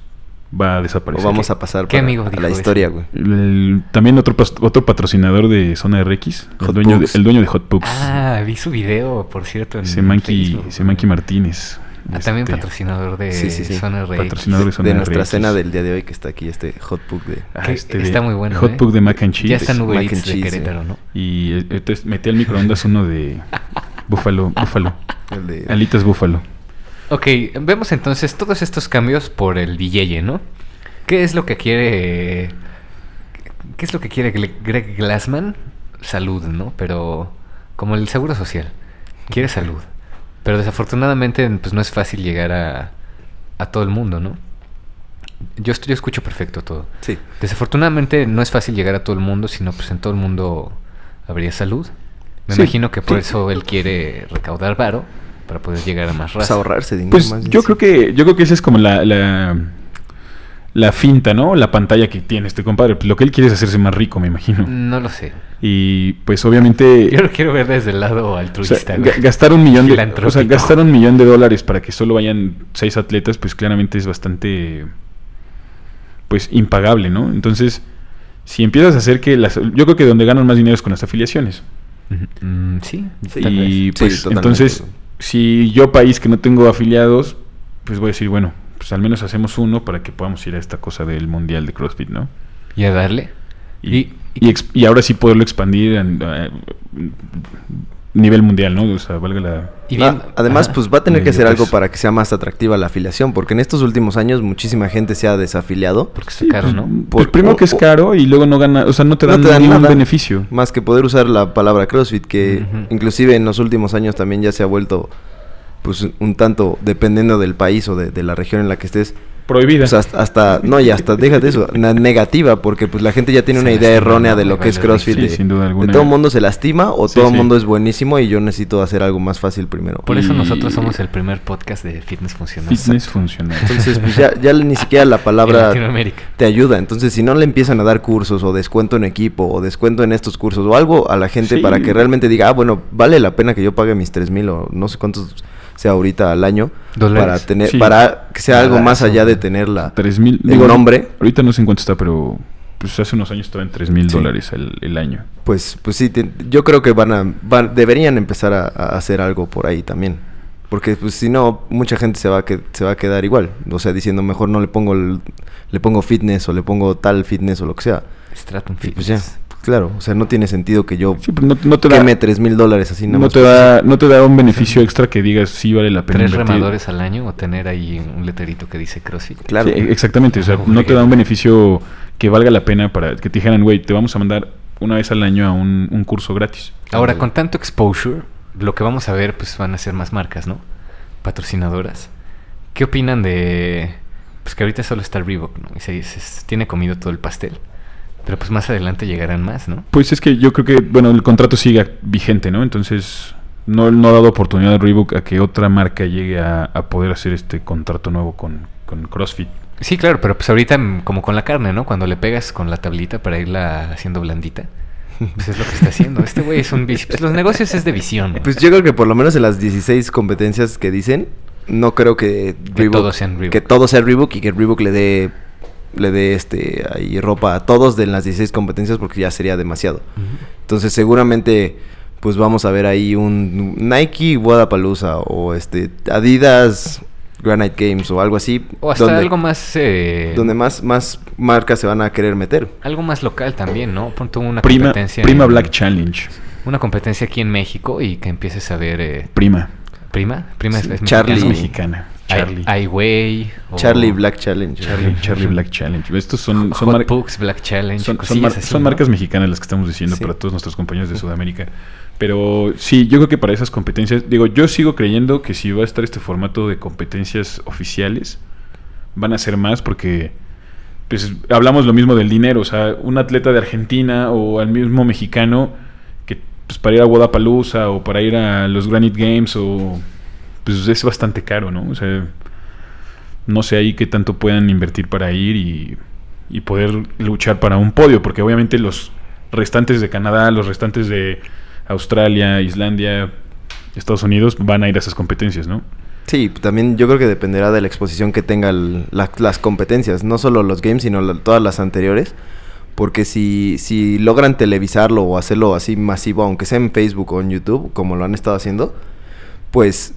D: va a
C: O
D: desaparecer.
C: vamos a pasar
A: ¿Qué
C: para-
A: amigo
C: a
A: dijo
C: la
A: eso?
C: historia, güey.
D: El- también otro, pas- otro patrocinador de Zona RX, el
C: Hot
D: dueño, de,
C: Pugs.
D: el dueño de Hot Pugs,
A: Ah, vi su video, por cierto. en
D: ese, Manqui,
A: Facebook.
D: ese Manqui Martínez.
A: Ah, también
D: Este,
A: patrocinador de
C: Sí, sí, sí.
A: Zona RX.
D: Patrocinador de Zona
C: De nuestra
D: RX.
C: cena del día de hoy que está aquí este hot pug de...
D: Ah,
A: Que
D: este de-
A: está muy bueno,
D: Hot
A: ¿eh?
D: Pug de Mac and Cheese.
A: Ya está en Uber
C: Mac and
A: Eats de
C: cheese,
A: Querétaro, ¿no?
D: Y eh, entonces metí al microondas uno de Búfalo, Búfalo,
C: el de-
D: Alitas Búfalo.
A: Ok, vemos entonces todos estos cambios por el Villeye, ¿no? ¿Qué es lo que quiere. ¿Qué es lo que quiere Gle- Greg Glassman? Salud, ¿no? Pero. Como el seguro social. Quiere salud. Pero desafortunadamente, pues no es fácil llegar a. a todo el mundo, ¿no? Yo, est- yo escucho perfecto todo.
C: Sí.
A: Desafortunadamente no es fácil llegar a todo el mundo, sino pues en todo el mundo habría salud. Me
D: Sí,
A: imagino que por
D: sí.
A: eso él quiere recaudar varo para poder llegar a más
C: Pues
A: raza.
C: ahorrarse dinero
D: Pues
C: más bien,
D: yo
C: sí.
D: creo que yo creo que esa es como la, la la finta, ¿no? La pantalla que tiene este compadre. Pues Lo que él quiere es hacerse más rico, me imagino.
A: No lo sé.
D: Y pues obviamente
A: Mm. Yo lo quiero ver desde el lado
D: o sea,
A: altruista.
D: ga-
A: güey.
D: gastar un millón de o sea,
A: Filantrópico.
D: gastar un millón de dólares para que solo vayan seis atletas, pues claramente es bastante pues impagable, ¿no? Entonces, si empiezas a hacer que las yo creo que donde ganan más dinero es con las afiliaciones.
A: Ujú. Mm, sí.
C: Sí,
A: tal vez.
D: y
C: vez.
D: pues
C: Sí, totalmente.
D: entonces, si yo país que no tengo afiliados, pues voy a decir, bueno, pues al menos hacemos uno para que podamos ir a esta cosa del Mundial de CrossFit, ¿no?
A: Y a darle.
D: Y,
A: Y-
D: y ex- y ahora sí poderlo expandir a, a- nivel mundial, ¿no? O sea, valga la...
A: Y
C: Ah,
A: bien-
C: además,
A: ajá.
C: pues va a tener que
D: Medio
C: hacer algo
D: peso.
C: para que sea más atractiva la afiliación, porque en estos últimos años muchísima gente se ha desafiliado.
A: Porque está caro,
D: pues,
A: ¿no?
D: pues
C: Por-
D: primero
C: o-
D: que es
C: o-
D: caro y luego no gana, o sea, no te dan,
C: No te dan
D: ningún
C: nada.
D: beneficio.
C: Más que poder usar la palabra CrossFit, que
A: Ujú.
C: inclusive en los últimos años también ya se ha vuelto, pues un tanto, dependiendo del país o de, de la región en la que estés,
D: Prohibida.
C: pues hasta, hasta- no, y hasta, déjate eso, na- negativa, porque pues la gente ya tiene
A: Se
C: una idea
A: lastima,
C: errónea
A: ¿no?
C: de lo que es
A: Bailar
C: CrossFit.
D: Sí,
C: de,
D: sin duda
C: de
D: alguna.
C: todo el mundo se lastima o
D: Sí,
C: todo el
D: sí.
C: mundo es buenísimo y yo necesito hacer algo más fácil primero.
A: Por eso
D: y-
A: nosotros somos el primer podcast de fitness funcional.
D: Fitness funcional.
C: Entonces, pues ya, ya ni siquiera la
A: En
C: palabra
A: Latinoamérica.
C: te ayuda. Entonces, si no le empiezan a dar cursos o descuento en equipo o descuento en estos cursos o algo a la gente
D: Sí.
C: para que realmente diga, ah, bueno, vale la pena que yo pague mis tres mil o no sé cuántos sea ahorita al año
A: Dólares.
C: para tener
D: Sí.
C: para que sea algo
A: Ah,
C: más
A: eso,
C: allá de
A: güey.
C: tener la
D: 3 mil.
C: el nombre.
D: Ahorita no sé en cuánto está, pero pues hace unos años estaba en 3 mil
C: Sí.
D: dólares el, el año.
C: Pues, pues sí, te- yo creo que van a, van- deberían empezar a, a hacer algo por ahí también. Porque pues si no, mucha gente se va a que, se va a quedar igual. O sea, diciendo mejor no le pongo el- le pongo fitness o le pongo tal fitness o lo que sea.
A: Stratum
C: Y, pues
A: Fitness.
C: ya, claro, o sea, no tiene sentido que yo
D: Sí, pero no, no te da,
C: queme tres mil dólares así nada
D: no,
C: más.
D: te da, no te da un beneficio extra que digas sí vale la pena.
A: Tres
D: invertir.
A: remadores al año o tener ahí un letrerito que dice CrossFit.
C: Claro.
D: Sí, exactamente, o sea,
A: Ujú.
D: no te da un beneficio que valga la pena para que te dijeran, güey, te vamos a mandar una vez al año a un, un curso gratis.
A: Ahora, con tanto exposure, lo que vamos a ver, pues van a ser más marcas, ¿no? Patrocinadoras. ¿Qué opinan de. Pues que ahorita solo está Reebok, ¿no? Y se, se tiene comido todo el pastel. Pero pues más adelante llegarán más, ¿no?
D: Pues es que yo creo que, bueno, el contrato sigue act- vigente, ¿no? Entonces, no, no ha dado oportunidad a Reebok a que otra marca llegue a, a poder hacer este contrato nuevo con, con CrossFit.
A: Sí, claro, pero pues ahorita, mm, como con la carne, ¿no? Cuando le pegas con la tablita para irla haciendo blandita. Pues es lo que está haciendo. Este güey es un vicio. Pues los negocios es de visión. güey.
C: Pues yo creo que por lo menos en las 16 competencias que dicen, no creo que
A: Que todos sean Reebok.
C: Que todo sea Reebok y que Reebok le dé le dé este ahí ropa a todos de las 16 competencias porque ya sería demasiado.
A: Ujú.
C: Entonces seguramente pues vamos a ver ahí un Nike Guadapalooza o este Adidas Granite Games o algo así
A: O hasta
C: donde,
A: algo más. eh,
C: donde más más marcas se van a querer meter.
A: Algo más local también, ¿no? Ponte una
D: Prima,
A: competencia.
D: Prima
A: en-
D: Black Challenge.
A: Una competencia aquí en México y que empieces a ver. eh,
D: Prima.
A: ¿Prima? ¿Prima es-
C: Sí,
A: es
C: Charlie.
D: Es
A: mexicano?
D: mexicana. Charlie.
A: Ai- Ai Weiwei o
C: Charlie Black Challenge.
D: Oh. Charlie, Charlie Black Challenge. Estos son,
A: Hot
D: son, mar-
A: Pugs, Black Challenge.
D: son- son
A: cosillas
D: mar-
A: así,
D: son
A: ¿no?
D: marcas mexicanas las que estamos diciendo
C: Sí.
D: para todos nuestros compañeros de Sudamérica. Pero sí, yo creo que para esas competencias, digo, yo sigo creyendo que si va a estar este formato de competencias oficiales, van a ser más porque pues hablamos lo mismo del dinero, o sea, un atleta de Argentina o al mismo mexicano que pues para ir a Guadalajara o para ir a los Granite Games o pues es bastante caro, ¿no? O sea, no sé ahí qué tanto puedan invertir para ir y, y poder luchar para un podio, porque obviamente los restantes de Canadá, los restantes de Australia, Islandia, Estados Unidos van a ir a esas competencias, ¿no?
C: Sí, también yo creo que dependerá de la exposición que tengan la, las competencias, no solo los games, sino la, todas las anteriores. Porque si, si logran televisarlo o hacerlo así masivo, aunque sea en Facebook o en YouTube, como lo han estado haciendo, pues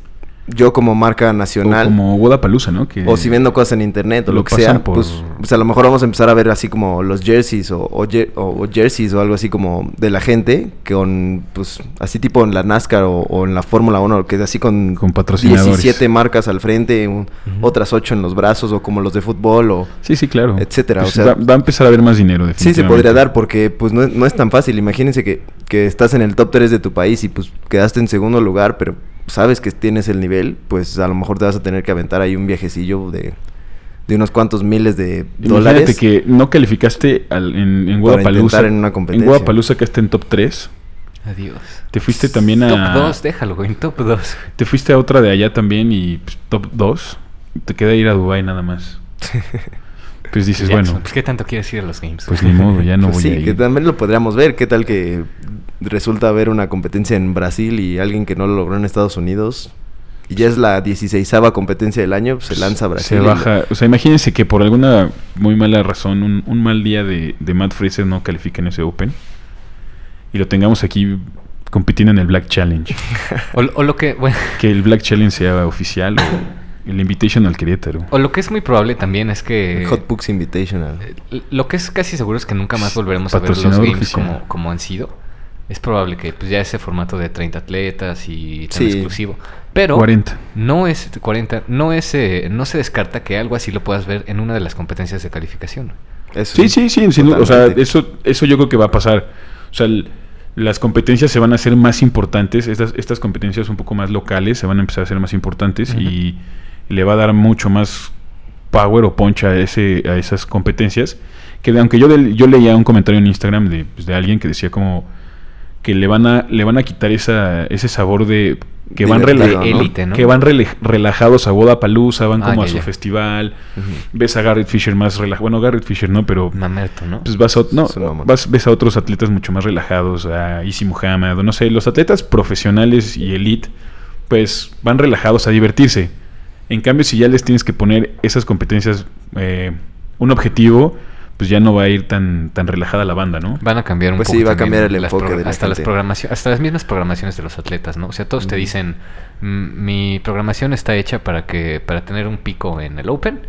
C: yo como marca nacional.
D: O como Guadalajara, ¿no? Que
C: o si vendo cosas en internet o lo, que sea, por... pues, pues, a lo mejor vamos a empezar a ver así como los jerseys o, o, jer o jerseys o algo así como de la gente, que con, pues así tipo en la NASCAR o, o en la Fórmula 1, que es así con,
D: con patrocinadores.
C: 17 marcas al frente, un, uh -huh. otras 8 en los brazos o como los de fútbol o...
D: Sí, sí, claro.
C: Etcétera.
D: Pues o sea, va, va, a empezar a haber más dinero,
C: Sí, se podría dar porque pues no, no es tan fácil. Imagínense que, que estás en el top 3 de tu país y pues quedaste en segundo lugar, pero sabes que tienes el nivel, pues a lo mejor te vas a tener que aventar ahí un viajecillo de, de unos cuantos miles de dólares. Imagínate
D: que no calificaste al, en, en Guadalajara.
C: en una competencia.
D: En Guadalajara que está en top 3.
A: Adiós.
D: Te fuiste también a...
A: Top 2, déjalo, güey, en top 2.
D: Te fuiste a otra de allá también y pues, top 2. Te queda ir a Dubai nada más. Pues dices,
A: Jackson,
D: bueno...
A: Pues qué tanto quieres ir a los games.
D: Pues ni modo, ya no pues voy
C: sí,
D: a ir.
C: que también lo podríamos ver. ¿Qué tal que resulta haber una competencia en Brasil y alguien que no lo logró en Estados Unidos. Y ya es la 16 competencia del año, pues se lanza a Brasil.
D: Se baja. O sea, imagínense que por alguna muy mala razón, un, un mal día de, de, Matt Fraser no califica en ese Open. Y lo tengamos aquí compitiendo en el Black Challenge.
A: o, o, lo que. Bueno.
D: Que el Black Challenge sea oficial o el Invitational Querétaro.
A: O lo que es muy probable también es que.
D: eh,
A: eh,
C: El Hot Books Invitational.
A: Lo que es casi seguro es que nunca
D: Pues,
A: más volveremos a ver los games oficial. como, como han sido es probable que pues, ya ese formato de 30 atletas y tan sí. exclusivo. Pero
D: 40.
A: no es 40, no es eh, no se descarta que algo así lo puedas ver en una de las competencias de calificación.
D: Eso sí, sí, sí, sin duda, o sea, eso eso yo creo que va a pasar. O sea, el, las competencias se van a hacer más importantes, estas estas competencias un poco más locales se van a empezar a ser más importantes uh -huh. y le va a dar mucho más power o poncha a ese a esas competencias que aunque yo del, yo leía un comentario en Instagram de, pues, de alguien que decía como que le van a le van a quitar esa, ese sabor de que Divertido, van relajado,
A: de élite, ¿no?
D: ¿no? que van relajados a Guadalajara, van como ah, a su ya. festival. Uh -huh. Ves a Garrett Fisher más relajado. Bueno, Garrett Fisher no, pero
A: Mamerto, ¿no?
D: Pues vas a, no, vas, ves a otros atletas mucho más relajados, a Isi Muhammad, no sé, los atletas profesionales y elite pues van relajados a divertirse. En cambio, si ya les tienes que poner esas competencias eh, un objetivo, pues ya no va a ir tan, tan relajada la banda, ¿no?
A: Van a cambiar un
C: pues
A: poco.
C: sí, va a cambiar el enfoque de la
A: hasta las
C: gente.
A: programaciones, hasta las mismas programaciones de los atletas, ¿no? O sea, todos te dicen, mi programación está hecha para que para tener un pico en el Open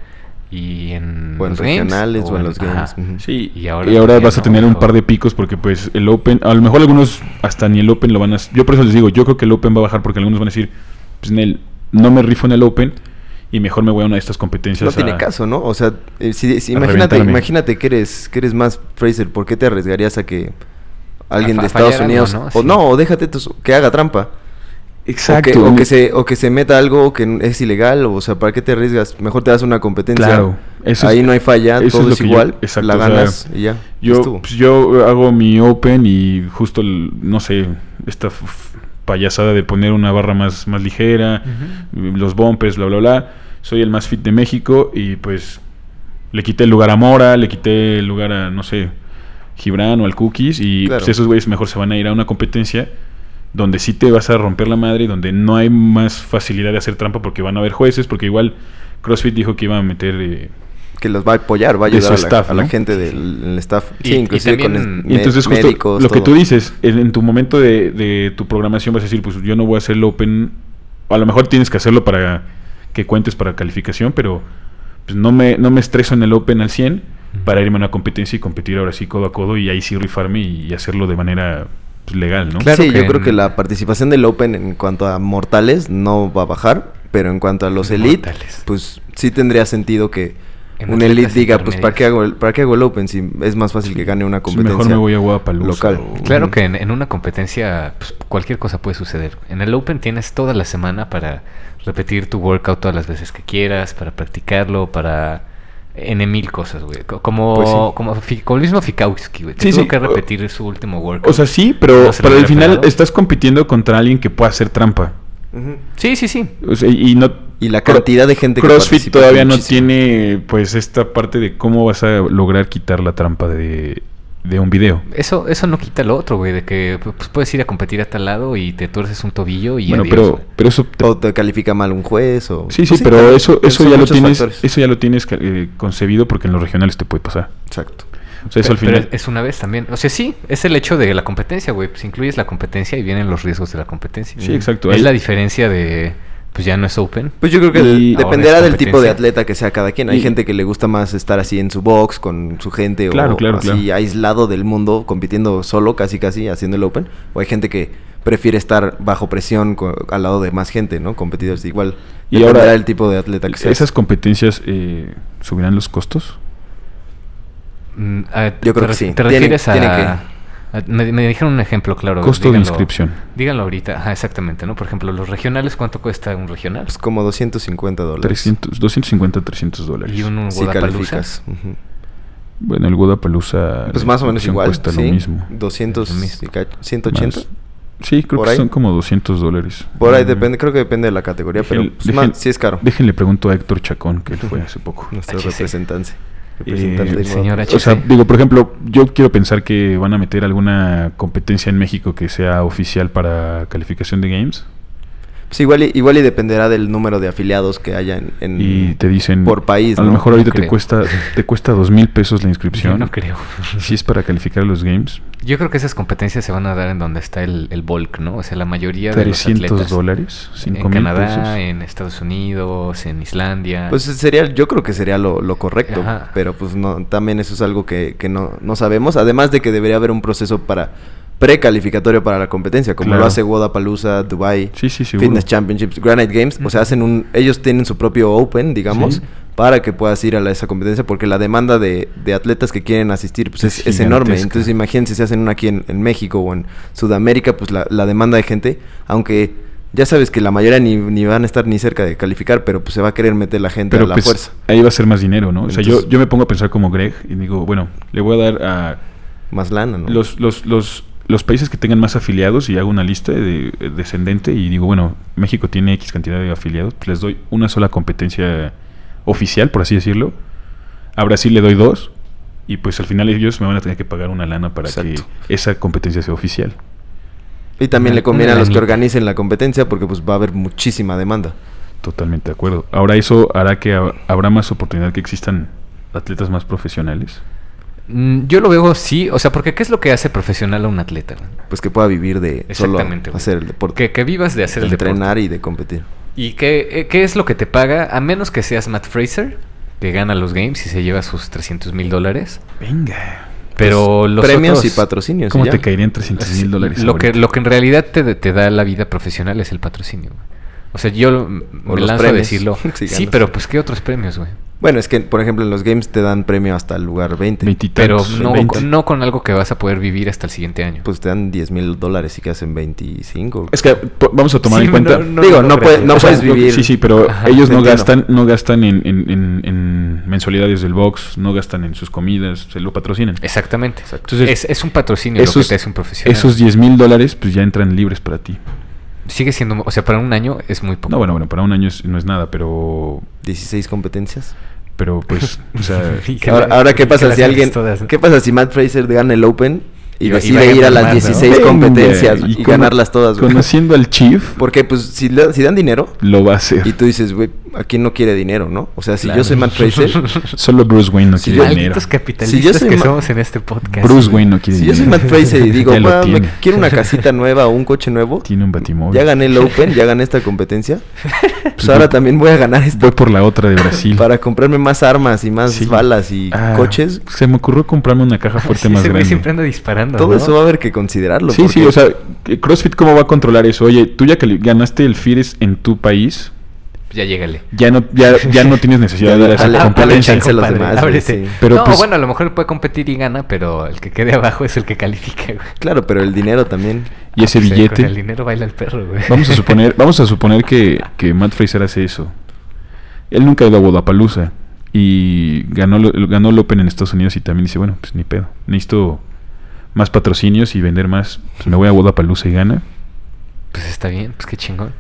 A: y en,
C: o en
A: los
C: regionales games, o en los games. Uh
D: -huh. Sí, y ahora, y ahora vas a tener no, un par de picos porque pues el Open, a lo mejor algunos hasta ni el Open lo van a yo por eso les digo, yo creo que el Open va a bajar porque algunos van a decir, pues en el no me rifo en el Open y mejor me voy a una de estas competencias.
C: No tiene
D: a,
C: caso, ¿no? O sea, eh, si, si, imagínate, imagínate que eres, que eres más Fraser, ¿por qué te arriesgarías a que alguien a de Estados Unidos algo, ¿no? Sí. o no, o déjate tus, que haga trampa?
D: Exacto.
C: O que, o que, se, o que se meta algo que es ilegal, o sea, ¿para qué te arriesgas? Mejor te das una competencia.
D: Claro.
C: Eso Ahí es, no hay falla, eso todo es, lo es que igual,
D: yo, exacto,
C: la ganas o sea, y ya.
D: Yo, pues, yo hago mi open y justo, el, no sé, esta payasada de poner una barra más, más ligera, uh -huh. los bumpers, bla, bla, bla. Soy el más fit de México y pues le quité el lugar a Mora, le quité el lugar a, no sé, Gibran o al Cookies y claro. pues, esos güeyes mejor se van a ir a una competencia donde sí te vas a romper la madre y donde no hay más facilidad de hacer trampa porque van a haber jueces, porque igual CrossFit dijo que iba a meter... Eh,
C: que los va a apoyar, va a ayudar a la, staff, a la ¿no? gente del el staff. Y, sí, inclusive y también, con el, y entonces justo médicos,
D: lo todo. que tú dices, en, en tu momento de, de, tu programación vas a decir, pues yo no voy a hacerlo open. A lo mejor tienes que hacerlo para que cuentes para calificación, pero pues, no, me, no me estreso en el open al 100 para irme a una competencia y competir ahora sí codo a codo y ahí sí rifarme y hacerlo de manera pues, legal, ¿no?
C: Claro sí, yo en... creo que la participación del open en cuanto a mortales no va a bajar, pero en cuanto a los elite, mortales. pues sí tendría sentido que un elite diga, pues ¿para qué, hago el, ¿para qué hago el Open si es más fácil que gane una competencia
D: si mejor me voy a Guadalajara
C: local?
A: O... Claro que en, en una competencia pues, cualquier cosa puede suceder. En el Open tienes toda la semana para repetir tu workout todas las veces que quieras, para practicarlo, para... N mil cosas, güey. Como, pues sí. como, como, el mismo Fikowski, güey. Sí, tuvo sí. que repetir o, su último workout.
D: O sea, sí, pero, pero al final estás compitiendo contra alguien que pueda hacer trampa.
A: Uh -huh. Sí, sí, sí.
D: O sea, y no
C: y la cantidad de gente
D: CrossFit
C: que
D: todavía muchísimo. no tiene pues esta parte de cómo vas a lograr quitar la trampa de, de un video.
A: Eso, eso no quita lo otro, güey, de que pues, puedes ir a competir a tal lado y te tuerces un tobillo y
D: bueno,
A: adiós,
D: pero,
A: güey.
D: pero eso... te-
C: O te califica mal un juez o...
D: Sí, sí,
C: Pues
D: pero
C: claro,
D: eso, eso,
C: son
D: ya lo
C: muchos
D: tienes,
C: factores.
D: eso ya lo tienes eh, concebido porque en los regionales te puede pasar.
C: Exacto.
D: O sea, eso al
A: Pero- pero
D: final...
A: es una vez también. O sea, sí, es el hecho de la competencia, güey. Si incluyes la competencia y vienen los riesgos de la competencia.
D: Sí, exacto.
A: Es
D: Ahí-
A: la diferencia de, pues ya no es open.
C: Pues yo creo que el-
D: Y- Ahora
C: dependerá
A: es
C: del tipo de
A: competencia.
C: atleta que sea cada quien. Hay
D: Y-
C: gente que le gusta más estar así en su box con su gente
D: Claro,
C: o
D: claro,
C: así
D: claro.
C: aislado del mundo, compitiendo solo, casi casi, haciendo el open. O hay gente que prefiere estar bajo presión co- al lado de más gente, ¿no? Competidores igual.
D: Y
C: Y dependerá
D: ahora-
C: del tipo de atleta que sea.
D: ¿Esas competencias eh, subirán los costos?
A: Mm, a-
C: Yo creo
A: te
C: que
A: re-
C: sí.
A: ¿Te
C: Tienen-
A: refieres a...?
C: tienen
A: a- me, me dijeron un ejemplo, claro.
D: Costo de
A: díganlo-
D: inscripción.
A: Díganlo ahorita. Ajá, exactamente, ¿no? Por ejemplo, los regionales, ¿cuánto cuesta un regional?
C: Pues como 250 dólares.
D: 300, 250, 300 dólares.
A: Y un
C: si
A: Guadalajara.
C: calificas. Ujú.
D: Bueno, el Godapalooza...
C: Pues
D: la
C: más o menos
D: inscripción
C: igual.
D: Cuesta
C: ¿sí?
D: lo mismo.
C: 200,
A: Lo mismo.
C: y cacho- 180.
D: Más. Sí, creo
C: Por
D: que
C: ahí.
D: son como 200 dólares.
C: Por ahí
D: Mm.
C: depende, creo que depende de la categoría, pero
D: Dejen-
C: pues,
D: dejen-
C: más- sí es caro.
D: Déjenle pregunto a Héctor Chacón, que él fue hace poco.
C: Nuestro
A: HC.
C: representante.
D: Eh,
C: del
A: señor
C: Guadalajara.
A: HC.
D: O sea, digo, por ejemplo, yo quiero pensar que van a meter alguna competencia en México que sea oficial para calificación de games.
C: Pues igual, y, igual y dependerá del número de afiliados que haya en... en-
D: Y te dicen...
C: Mm, Por país,
D: A lo
C: ¿no?
D: mejor ahorita
A: No
D: te
A: creo.
D: cuesta te cuesta dos mil pesos la
A: Yo
D: inscripción.
A: no creo.
D: Si es para calificar a los games,
A: Yo creo que esas competencias se van a dar en donde está el, el bulk, ¿no? O sea, la mayoría de los
D: 300
A: atletas.
D: dólares, 5
A: en
D: mil
A: Canadá,
D: pesos.
A: en Estados Unidos, en Islandia.
C: Pues sería, yo creo que sería lo, lo correcto,
A: Ajá.
C: pero pues no, también eso es algo que, que no, no sabemos, además de que debería haber un proceso para precalificatorio para la competencia, como
D: Claro.
C: lo hace Wodapalooza, Dubai,
D: Sí, sí, seguro.
C: Fitness Championships, Granite Games, o sea, hacen un, ellos tienen su propio Open, digamos,
D: Sí.
C: para que puedas ir a la- esa competencia, porque la demanda de, de atletas que quieren asistir pues,
D: Es
C: es, es enorme.
D: gigantesca.
C: Entonces, imagínense si hacen una aquí en, en México o en Sudamérica, pues la, la demanda de gente, aunque ya sabes que la mayoría ni, ni van a estar ni cerca de calificar, pero pues se va a querer meter la gente
D: Pero
C: a la
D: pues
C: fuerza.
D: ahí va a ser más dinero, ¿no? o sea, yo,
C: Entonces-
D: yo me pongo a pensar como Greg y digo, bueno, le voy a dar a
C: Más lana, ¿no?
D: los, los, los, los países que tengan más afiliados y hago una lista de, eh, descendente y digo, bueno, México tiene X cantidad de afiliados, pues les doy una sola competencia oficial, por así decirlo. A Brasil le doy dos y pues al final ellos me van a tener que pagar una lana para
C: Exacto.
D: que esa competencia sea oficial.
C: y también
A: una-
C: le conviene a
A: una
C: los que
A: lanita.
C: organicen la competencia porque pues va a haber muchísima demanda.
D: Totalmente de acuerdo. Ahora eso hará que ha- habrá más oportunidad que existan atletas más profesionales.
A: Mm, Yo lo veo sí, o sea, porque ¿qué es lo que hace profesional a un atleta? güey?
C: Pues que pueda vivir de solo
A: Exactamente, güey.
C: hacer el deporte.
A: Que, que vivas de hacer el deporte.
C: entrenar y de competir.
A: ¿Y qué, eh, qué es lo que te paga? A menos que seas Matt Fraser, que gana los games y se lleva sus 300 mil dólares.
D: Venga.
A: Pero los
C: Pues, Premios
A: otros-
C: y patrocinios. y
D: ¿Cómo
C: ya.
D: te caerían 300 mil dólares?
A: Lo que,
D: ahorita?
A: lo que en realidad te, te da la vida profesional es el patrocinio. güey. O sea, yo lo- me
C: los
A: lanzo a
C: premios.
A: decirlo.
C: Sí,
A: sí,
C: ganas.
A: pero pues ¿qué otros premios, güey?
C: Bueno, es que, por ejemplo, en los games te dan premio hasta el lugar 20.
D: 20 y
A: Pero
D: tantos,
A: no,
D: 20.
A: no con algo que vas a poder vivir hasta el siguiente año.
C: Pues te dan 10 mil dólares y que hacen 25.
D: Es que po- vamos a tomar
A: Sí,
D: en cuenta.
A: no, no,
C: Digo, no,
A: no
C: puede-
A: creo.
C: no
D: O sea,
C: puedes
D: lo que-
C: vivir.
D: Sí, sí, pero
A: Ajá,
D: ellos
C: te
D: no
C: entiendo.
D: gastan, no gastan en, en- en- en mensualidades del box, no gastan en sus comidas, se lo patrocinan.
A: Exactamente.
C: Exacto.
A: es, es un patrocinio lo que te hace un profesional.
D: esos 10 mil dólares pues ya entran libres para ti.
A: Sigue siendo, o sea, para un año es muy poco.
D: No, bueno, bueno, para un año es- no es nada, pero
C: 16 competencias.
D: pero pues, o sea,
A: Y que
C: Ahora,
A: la-
C: ahora, ¿qué
A: que
C: pasa
A: las
C: si alguien.
A: hagas todas, ¿no?
C: ¿Qué pasa si Matt Fraser gana el Open y,
A: Y- y
C: decide
A: vaya
C: ir a
A: por
C: las
A: más, ¿no?
C: 16
D: venga,
C: competencias y,
D: cono-
C: ganarlas todas, güey?
D: Conociendo al chief,
C: Porque, pues, si, le- si dan dinero
D: lo va a hacer.
C: y tú dices, güey, ¿a quién no quiere dinero, no? O sea, si
A: Claro.
C: yo soy Matt Fraser.
D: Solo Bruce Wayne no
C: Si
D: quiere
C: yo-
D: dinero.
A: Malditos capitalistas
C: Si yo soy
A: que
C: ma-
A: somos en este podcast.
D: Bruce Wayne no quiere
C: si yo
D: dinero.
C: soy Matt Fraser y digo,
D: Ya lo
C: "Ma, me
D: tiene.
C: quiero una casita nueva o un coche nuevo.
D: Tiene un batimóvil.
C: Ya gané el Open, ya gané esta competencia. Pues ahora también voy a ganar esta.
D: Voy por la otra de Brasil.
C: Para comprarme más armas y más
D: Sí.
C: balas y
D: Ah,
C: coches.
D: Se me ocurrió comprarme una caja
A: Sí,
D: fuerte
A: ese
D: más
A: güey
D: grande.
A: siempre anda disparando.
C: Todo
A: ¿no?
C: eso va a haber que considerarlo.
D: Sí, sí,
C: porque-
D: o sea, CrossFit, ¿cómo va a controlar eso? Oye, tú ya que ganaste el FIRES en tu país,
A: Ya llégale.
D: ya no, ya, ya no tienes necesidad de ir a
C: dale-
D: esa
C: dale
D: competencia.
C: chance a los
A: Compadre,
C: demás, güey,
A: ábrete.
C: sí.
D: Pero,
A: no,
D: pues-
A: bueno, a lo mejor puede competir y gana, pero el que quede abajo es el que califica, güey.
C: Claro, pero el dinero también.
D: Y ese
A: O sea,
D: billete.
A: Con el dinero baila el perro, güey.
D: Vamos a suponer, vamos a suponer que, que Matt Fraser hace eso. Él nunca ha ido a Wodapalooza y ganó, lo- ganó el Open en Estados Unidos y también dice, bueno, pues ni pedo. Necesito más patrocinios y vender más. Pues me voy a Wodapalooza y gana.
A: Pues está bien, pues qué chingón.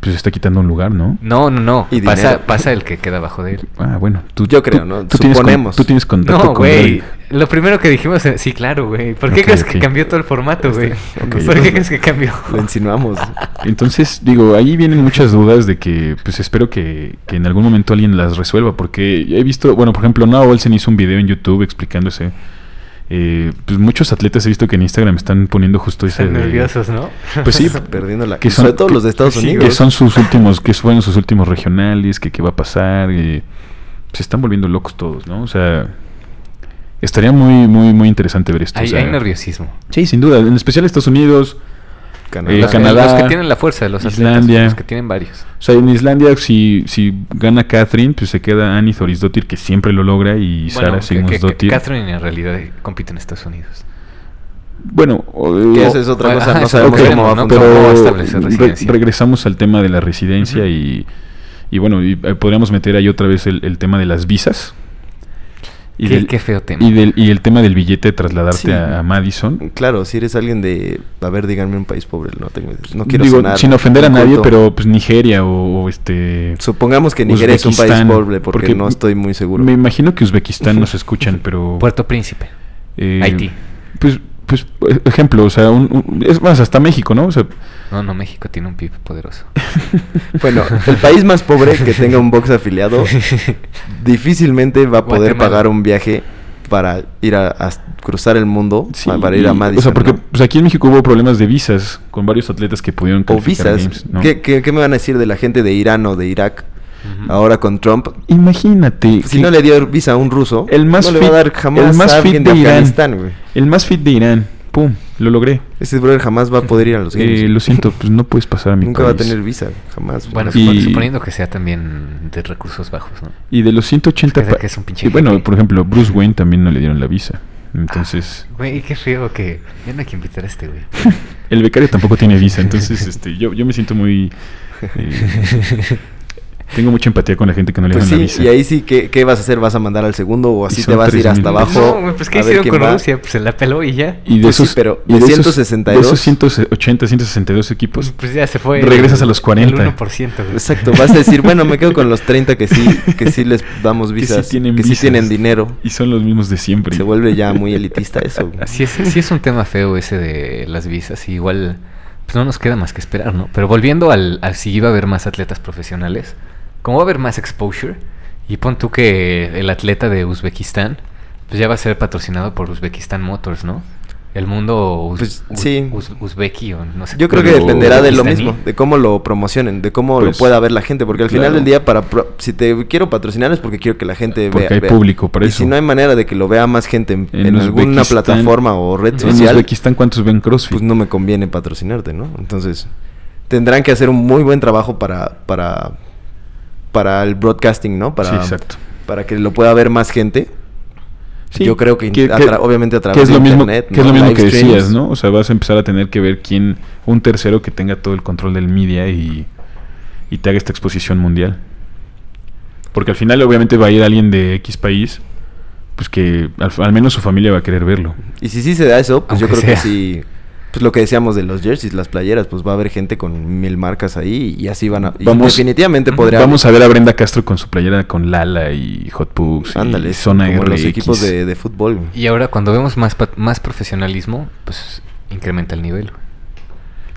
D: pues se está quitando un lugar, ¿no?
A: No, no, no.
C: Y
A: Pasa,
C: dinero.
A: pasa el que queda abajo de él.
D: Ah, bueno. Tú,
C: Yo creo,
D: tú-
C: ¿no?
D: Tú tienes con-
C: Suponemos.
D: tú tienes contacto
A: No,
D: con
A: güey.
D: Reddit.
A: Lo primero que dijimos, eh, sí, claro, güey. ¿Por qué
D: Ok,
A: crees que
D: ok.
A: cambió todo el formato, güey?
D: ok,
A: ¿Por
D: ok.
A: qué crees que cambió?
C: Lo insinuamos.
D: Entonces, digo, ahí vienen muchas dudas de que, pues espero que, que en algún momento alguien las resuelva, porque ya he visto, bueno, por ejemplo, Noah Olsen hizo un video en YouTube explicándose. eh, pues muchos atletas he visto que en Instagram están poniendo justo ese.
A: Están
D: de-
A: nerviosos, ¿no?
D: Pues sí,
C: Perdiendo la...
D: Que son-
C: Sobre todo
D: que-
C: los de Estados
A: que sí,
C: Unidos.
D: que son sus últimos, que fueron sus últimos regionales, que qué va a pasar, que se están volviendo locos todos, ¿no? O sea, estaría muy, muy, muy interesante ver esto. o
A: Hay,
D: sea,
A: hay nerviosismo.
D: Sí, sin duda, en especial Estados Unidos.
C: Canadá.
D: Eh,
A: Los,
D: Canadá,
A: los que tienen la fuerza, los atletas,
D: Islandia.
A: los que tienen varios.
D: O sea, en Islandia, si, si gana Catherine, pues se queda Annie Thorisdottir, que siempre lo logra, y Sara
A: Bueno, que- que- que
D: Sigmundsdottir.
A: Catherine en realidad compite en Estados Unidos.
D: Bueno, o-
C: Que
D: o-
C: esa es otra
A: Bueno,
C: cosa,
A: ajá,
C: no
A: es
C: sabemos
A: como
C: cómo va a
A: veremos, ¿no?
C: funcionar.
A: va a
D: pero
A: establecer
D: re-
A: residencia?
D: regresamos al tema de la residencia
A: Ujú.
D: y, y bueno, y, eh, podríamos meter ahí otra vez el, el tema de las visas.
A: Qué- qué feo tema.
D: Y, del, y el tema del billete de trasladarte
C: Sí.
D: a, a Madison.
C: Claro, si eres alguien de... A ver, díganme un país pobre. No, tengo, no quiero
D: Digo,
C: sonar
D: sin ofender a nadie,
C: inculto.
D: pero pues Nigeria o, o, este...
C: Supongamos que Nigeria es un país
D: Uzbekistán,
C: pobre porque,
D: porque
C: no estoy muy seguro.
D: Me imagino que Uzbekistán nos escuchan, pero...
A: Puerto Príncipe.
D: eh,
A: Haití.
D: Pues, pues, por ejemplo, o sea, un- un- es más, hasta México, ¿no? O sea,
C: Ah,
A: No, no, México tiene un PIB poderoso.
C: Bueno, el país más pobre que tenga un box afiliado difícilmente va a poder
A: Guatemala.
C: pagar un viaje para ir a, a cruzar el mundo,
D: Sí,
C: para ir a
D: y-
C: Madison.
D: O sea, porque
C: ¿no?
D: pues, aquí en México hubo problemas de visas con varios atletas que pudieron
C: O
D: calificar
C: visas.
D: Games, ¿no?
C: ¿Qué, qué, qué me van a decir de la gente de Irán o de Irak
A: Ujú.
C: ahora con Trump?
D: Imagínate.
C: Si
D: que
C: no le dio visa a un ruso,
D: el más
C: no le
D: fit,
C: va a dar jamás
D: el más
C: a
D: fit
C: alguien
D: de,
C: de,
D: Irán.
C: Afganistán, güey.
D: El más fit de Irán. Pum, lo logré.
C: Ese brother jamás va a poder ir a los games.
D: Eh, lo siento, pues no puedes pasar a mi
C: Nunca va a
D: país.
C: tener visa, jamás.
A: Bueno,
D: Y-
A: supo- suponiendo que sea también de recursos bajos, ¿no?
D: Y de los 180
A: Parece
D: pa-
A: que es un pinche
D: y bueno,
A: hippie.
D: por ejemplo, Bruce Wayne también no le dieron la visa. Entonces,
A: Ah, Güey, qué feo que... Ya no hay que invitar a este, güey.
D: el becario tampoco tiene visa. Entonces, este, yo, yo me siento muy. eh, tengo mucha empatía con la gente que no le
C: Pues
D: dieron la
C: sí,
D: visa.
C: y ahí sí, ¿qué, ¿qué vas a hacer? ¿Vas a mandar al segundo o así
D: son
C: te vas a ir
D: 3,000
C: hasta abajo?
A: No, güey, pues ¿qué
C: a ver
A: hicieron
C: quién
A: con
C: va?
A: Rusia? Pues se la peló y ya.
D: Y de
C: Pues sí,
D: esos,
C: pero
D: y
C: de
D: esos-
C: 162.
D: de esos 180, 162 equipos.
A: Pues ya se fue.
D: Regresas a los 40.
A: El 1%, güey.
C: Exacto, vas a decir, bueno, me quedo con los 30 que sí, que sí les damos
D: Que sí
C: visas, que sí
D: tienen
C: tienen,
D: visas.
C: dinero.
D: Y son los mismos de siempre.
C: Se vuelve ya muy elitista eso. güey.
A: Sí es, sí es un tema feo ese de las visas. y igual, pues no nos queda más que esperar, ¿no? Pero volviendo al, al si iba a haber más atletas profesionales, como va a haber más exposure, y pon tú que el atleta de Uzbekistán, pues ya va a ser patrocinado por Uzbekistán Motors, ¿no? El mundo uz-
C: Pues,
A: u-
C: sí.
A: uz- uzbeki o no sé.
C: Yo creo que
D: Pero-
C: dependerá de lo
A: Pakistaní.
C: mismo, de cómo lo promocionen, de cómo
D: Pues,
C: lo pueda ver la gente, porque al final
D: claro.
C: del día, para pro- si te quiero patrocinar es porque quiero que la gente
D: Porque
C: vea.
D: hay
C: vea.
D: público para
C: y
D: eso.
C: si no hay manera de que lo vea más gente en,
D: En
C: en alguna
D: Uzbekistán-
C: plataforma o red
D: en
C: social,
D: Uzbekistán, ¿cuántos ven CrossFit?
C: pues no me conviene patrocinarte, ¿no? Entonces, tendrán que hacer un muy buen trabajo para, para, para el broadcasting, ¿no? Para,
D: sí, exacto.
C: para que lo pueda ver más gente.
D: Sí,
C: yo creo que, a tra- obviamente a través
D: que es
C: de
D: lo mismo,
C: internet,
D: que es lo
C: ¿no?
D: mismo
C: Live
D: que
C: streams.
D: decías, ¿no? O sea, vas a empezar a tener que ver quién, un tercero que tenga todo el control del media y, y te haga esta exposición mundial. Porque al final, obviamente, va a ir alguien de X país, pues que al, al menos su familia va a querer verlo.
C: Y si sí se da eso, pues yo
A: Aunque
C: creo que
A: sea.
C: sí. Pues lo que decíamos de los jerseys, las playeras, pues va a haber gente con mil marcas ahí y así van a. y
D: Vamos-
C: definitivamente podría.
D: Vamos a ver a Brenda Castro con su playera con Lala y Hot Pugs
C: Ándale,
D: y Zona
C: como los
D: RX.
C: equipos de, de fútbol.
A: Y ahora, cuando vemos más, pa- más profesionalismo, pues incrementa el nivel. güey.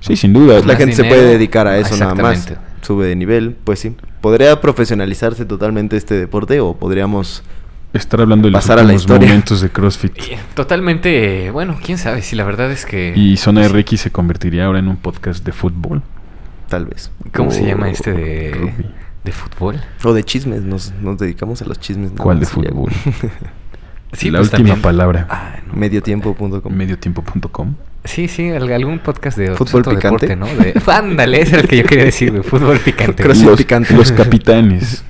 D: Sí, sin duda.
C: Pues la
A: más
C: gente se
A: dinero.
C: puede dedicar a eso nada más.
A: Exactamente.
C: Sube de nivel, pues sí. ¿Podría profesionalizarse totalmente este deporte o podríamos.
D: estar hablando de los
C: pasar a la
D: últimos
C: historia.
D: momentos de CrossFit.
A: Y, eh, Totalmente, eh, bueno, quién sabe si la verdad es que...
C: Eh,
A: pues,
D: Y Zona
C: pues,
D: RX se convertiría ahora en un podcast de fútbol.
C: Tal vez.
A: ¿Cómo se
C: O-
A: llama este de,
D: Rugby.
A: de fútbol?
C: O de chismes, nos, nos dedicamos a los chismes. nada
D: ¿Cuál de
C: más y ya.
D: fútbol?
A: Sí,
D: la
A: pues,
D: última
A: también.
D: palabra.
A: Ah, no.
C: Mediotiempo.com.
D: Mediotiempo.com.
A: Sí, sí, al- algún podcast de
C: ¿Fútbol
A: abstracto
C: picante?
A: deporte, ¿no? De, ándale, ese es el que yo quería decir, güey, fútbol picante.
C: Cross-
D: Los,
C: picante.
D: los capitanes.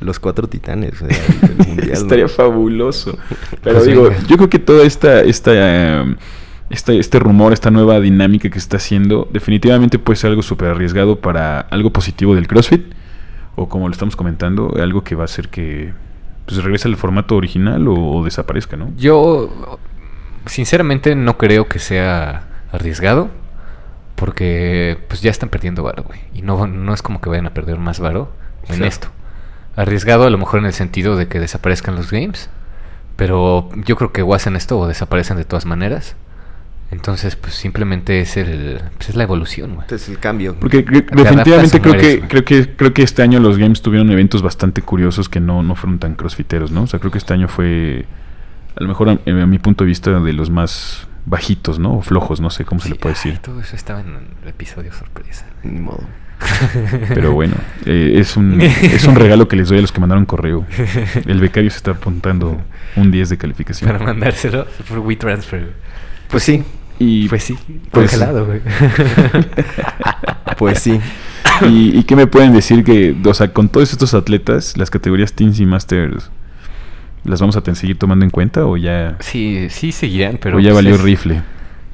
C: Los cuatro titanes. o sea, del mundial, ¿no?
D: Estaría fabuloso. Pero
A: Pues
D: digo,
A: venga.
D: yo creo que toda esta, esta, em, este, este rumor, esta nueva dinámica que se está haciendo, definitivamente puede ser algo súper arriesgado para algo positivo del CrossFit. O como lo estamos comentando, algo que va a hacer que pues, regrese al formato original o, o desaparezca, ¿no?
A: Yo, sinceramente, no creo que sea arriesgado. Porque pues ya están perdiendo varo, güey. Y no, no es como que vayan a perder más varo en
C: Sí.
A: esto. Arriesgado a lo mejor en el sentido de que desaparezcan los games. Pero yo creo que o hacen esto o desaparecen de todas maneras. Entonces, pues simplemente es el pues, es la evolución, güey.
C: Este es el cambio.
D: Porque cre-
A: Te adaptas
D: definitivamente
A: o
D: creo
A: mueres,
D: que,
A: güey.
D: creo, que, creo que este año los games tuvieron eventos bastante curiosos que no, no fueron tan crossfiteros, ¿no? O sea, creo que este año fue, a lo mejor a, a mi punto de vista, de los más bajitos, ¿no? O flojos, no sé cómo se
A: Sí,
D: le puede
A: ay,
D: decir.
A: todo eso estaba en el episodio sorpresa.
C: Ni modo.
D: Pero bueno, eh, es, un, es un regalo que les doy a los que mandaron correo. El becario se está apuntando un 10 de calificación.
A: Para mandárselo por WeTransfer. güey.
C: Pues sí,
D: Y,
A: Pues sí,
D: Pues-
A: congelado, güey.
C: pues sí.
D: y, y qué me pueden decir que, o sea, con todos estos atletas, las categorías Teens y Masters, ¿las vamos a ten- seguir tomando en cuenta o ya,
A: Sí, sí seguirán, pero...
D: o ya
A: pues,
D: valió
A: es-
D: rifle?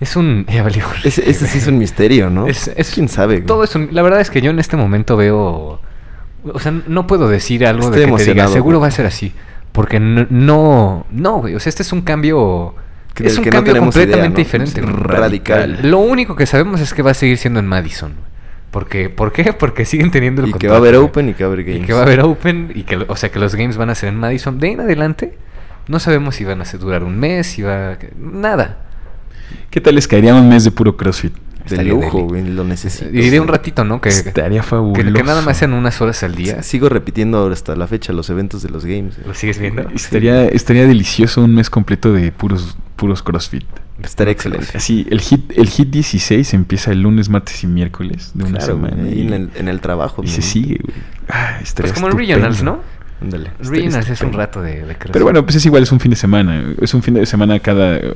A: Es un... Ya valió rifle,
C: Ese, ese sí es
A: güey.
C: un misterio, ¿no?
A: Es- es-
C: ¿Quién sabe? güey?
A: Todo es un- La verdad es que yo en este momento veo... O sea, no puedo decir algo
C: Estoy
A: de que te diga,
C: emocionado,
A: seguro va
C: güey.
A: a ser así. Porque no... No, no, güey. O sea, este es un cambio...
C: Que-
A: es
C: del
A: un
C: que no
A: cambio
C: tenemos idea,
A: completamente
C: ¿no?
A: diferente.
C: Es
A: güey.
C: radical.
A: Lo único que sabemos es que va a seguir siendo en Madison. güey. Porque, ¿Por qué? Porque siguen teniendo el
C: Y que va a haber
A: contrato, güey.
C: Open y que va a haber
A: Y
C: Games.
A: que va a haber Open, y que, lo- o sea, que los games van a ser en Madison. De ahí en adelante, no sabemos si van a ser- durar un mes, si va... a- Nada.
D: ¿Qué tal les caería un mes de puro CrossFit?
C: De
A: Estaría
C: lujo,
A: deli.
C: güey. Lo necesito.
A: Y de un ratito, ¿no? Que, que,
D: Estaría fabuloso.
A: que nada más sean unas horas al día.
C: Sí, Sigo repitiendo ahora hasta la fecha los eventos de los games. güey.
A: ¿Lo sigues viendo?
D: Estaría, estaría delicioso un mes completo de puros, puros CrossFit.
C: Estaría excelente.
D: Así, el hit, el hit 16 empieza el lunes, martes y miércoles de una
C: Claro, güey,
D: semana.
C: ahí
D: Y,
C: en el, en el trabajo.
D: y se
C: güey.
D: sigue, güey. Ah,
A: Pues
D: estaría
A: como en
D: estupendo.
A: Regionals, ¿no?
C: Ándale. Estaría
A: Regionals es un
C: estupendo.
A: rato de, de creación.
D: Pero bueno, pues es igual, es un fin de semana. Es un fin de semana cada, eh,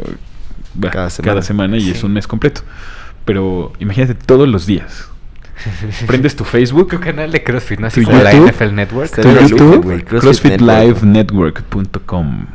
D: bah,
C: Cada
D: cada
C: semana.
D: semana. y es
A: Sí.
D: un mes completo. Pero imagínate todos los días. Prendes tu Facebook,
A: Tu canal de CrossFit, ¿no?
D: Tu
A: Así como la
D: YouTube.
A: NFL Network.
C: Está
D: tu
C: en el
D: YouTube,
C: YouTube, güey, CrossFit
D: CrossFitLivenetwork.com.